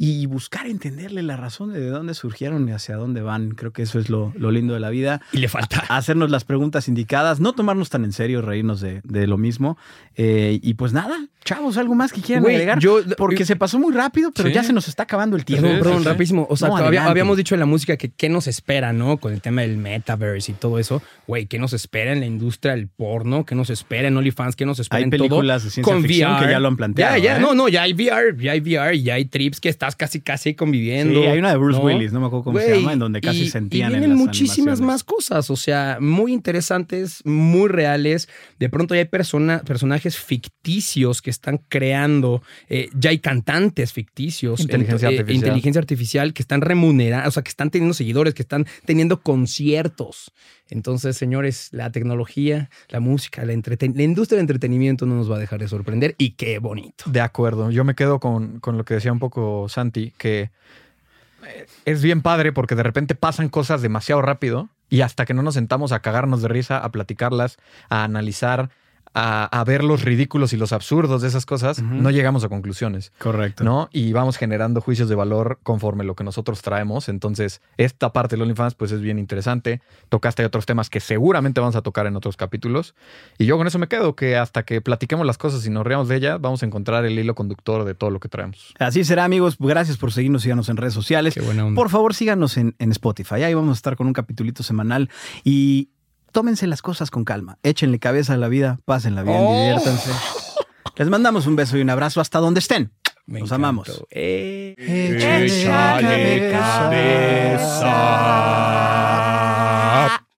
[SPEAKER 3] y buscar entenderle la razón de dónde surgieron y hacia dónde van. Creo que eso es lo, lo lindo de la vida.
[SPEAKER 1] Y le falta.
[SPEAKER 3] Hacernos las preguntas indicadas, no tomarnos tan en serio, reírnos de, de lo mismo. Eh, y pues nada, chavos, algo más que quieran
[SPEAKER 1] Güey,
[SPEAKER 3] agregar.
[SPEAKER 1] yo-
[SPEAKER 3] porque se pasó muy rápido, pero
[SPEAKER 2] Sí.
[SPEAKER 3] ya se nos está acabando el tiempo.
[SPEAKER 1] Perdón, perdón,
[SPEAKER 2] sí, sí.
[SPEAKER 1] rapidísimo. O sea,
[SPEAKER 3] No,
[SPEAKER 1] había-
[SPEAKER 3] adelante.
[SPEAKER 1] habíamos dicho en la música que qué nos espera, ¿no? Con el tema del metaverse y todo eso. Güey, ¿qué nos espera en la industria del porno? ¿Qué nos espera en OnlyFans? ¿Qué nos espera
[SPEAKER 3] Hay
[SPEAKER 1] en todo?
[SPEAKER 3] películas de ciencia ficción que ya lo han planteado,
[SPEAKER 1] Ya, ya.
[SPEAKER 3] ¿eh?
[SPEAKER 1] No, no, ya hay VR, ya hay VR, y ya hay trips que estás casi, casi conviviendo.
[SPEAKER 3] Sí, hay una de Bruce
[SPEAKER 1] ¿no?
[SPEAKER 3] Willis, no me acuerdo cómo se
[SPEAKER 1] Güey,
[SPEAKER 3] llama, en donde casi
[SPEAKER 1] y-
[SPEAKER 3] sentían
[SPEAKER 1] Y
[SPEAKER 3] en
[SPEAKER 1] vienen
[SPEAKER 3] las
[SPEAKER 1] muchísimas
[SPEAKER 3] animaciones.
[SPEAKER 1] más cosas, o sea, muy interesantes, muy reales. De pronto ya hay persona, personajes ficticios que están creando, eh, ya hay cantantes ficticios.
[SPEAKER 2] Inteligencia
[SPEAKER 1] ento- eh,
[SPEAKER 2] artificial.
[SPEAKER 1] inteligencia artificial que están remunerados, o sea, que están teniendo seguidores, que están teniendo conciertos. Entonces, señores, la tecnología, la música, la, entreten- la industria del entretenimiento no nos va a dejar de sorprender y qué bonito.
[SPEAKER 2] De acuerdo, yo me quedo con, con lo que decía un poco Santi, que eh, es bien padre porque de repente pasan cosas demasiado rápido y hasta que no nos sentamos a cagarnos de risa, a platicarlas, a analizar, a, a ver los ridículos y los absurdos de esas cosas,
[SPEAKER 3] Ujú.
[SPEAKER 2] no llegamos a conclusiones.
[SPEAKER 3] Correcto.
[SPEAKER 2] ¿no? Y vamos generando juicios de valor conforme lo que nosotros traemos. Entonces, esta parte del OnlyFans, pues es bien interesante. Tocaste otros temas que seguramente vamos a tocar en otros capítulos. Y yo con eso me quedo, que hasta que platiquemos las cosas y nos reamos de ellas, vamos a encontrar el hilo conductor de todo lo que traemos.
[SPEAKER 3] Así será, amigos. Gracias por seguirnos, síganos en redes sociales.
[SPEAKER 1] Qué buena onda.
[SPEAKER 3] Por favor, síganos en, en Spotify. Ahí vamos a estar con un capitulito semanal y tómense las cosas con calma. Échenle cabeza a la vida, pásenla bien,
[SPEAKER 1] Oh.
[SPEAKER 3] diviértanse. Les mandamos un beso y un abrazo hasta donde estén.
[SPEAKER 1] Me
[SPEAKER 3] Nos
[SPEAKER 1] encantó.
[SPEAKER 3] amamos.
[SPEAKER 1] Eh.
[SPEAKER 3] Échale cabeza.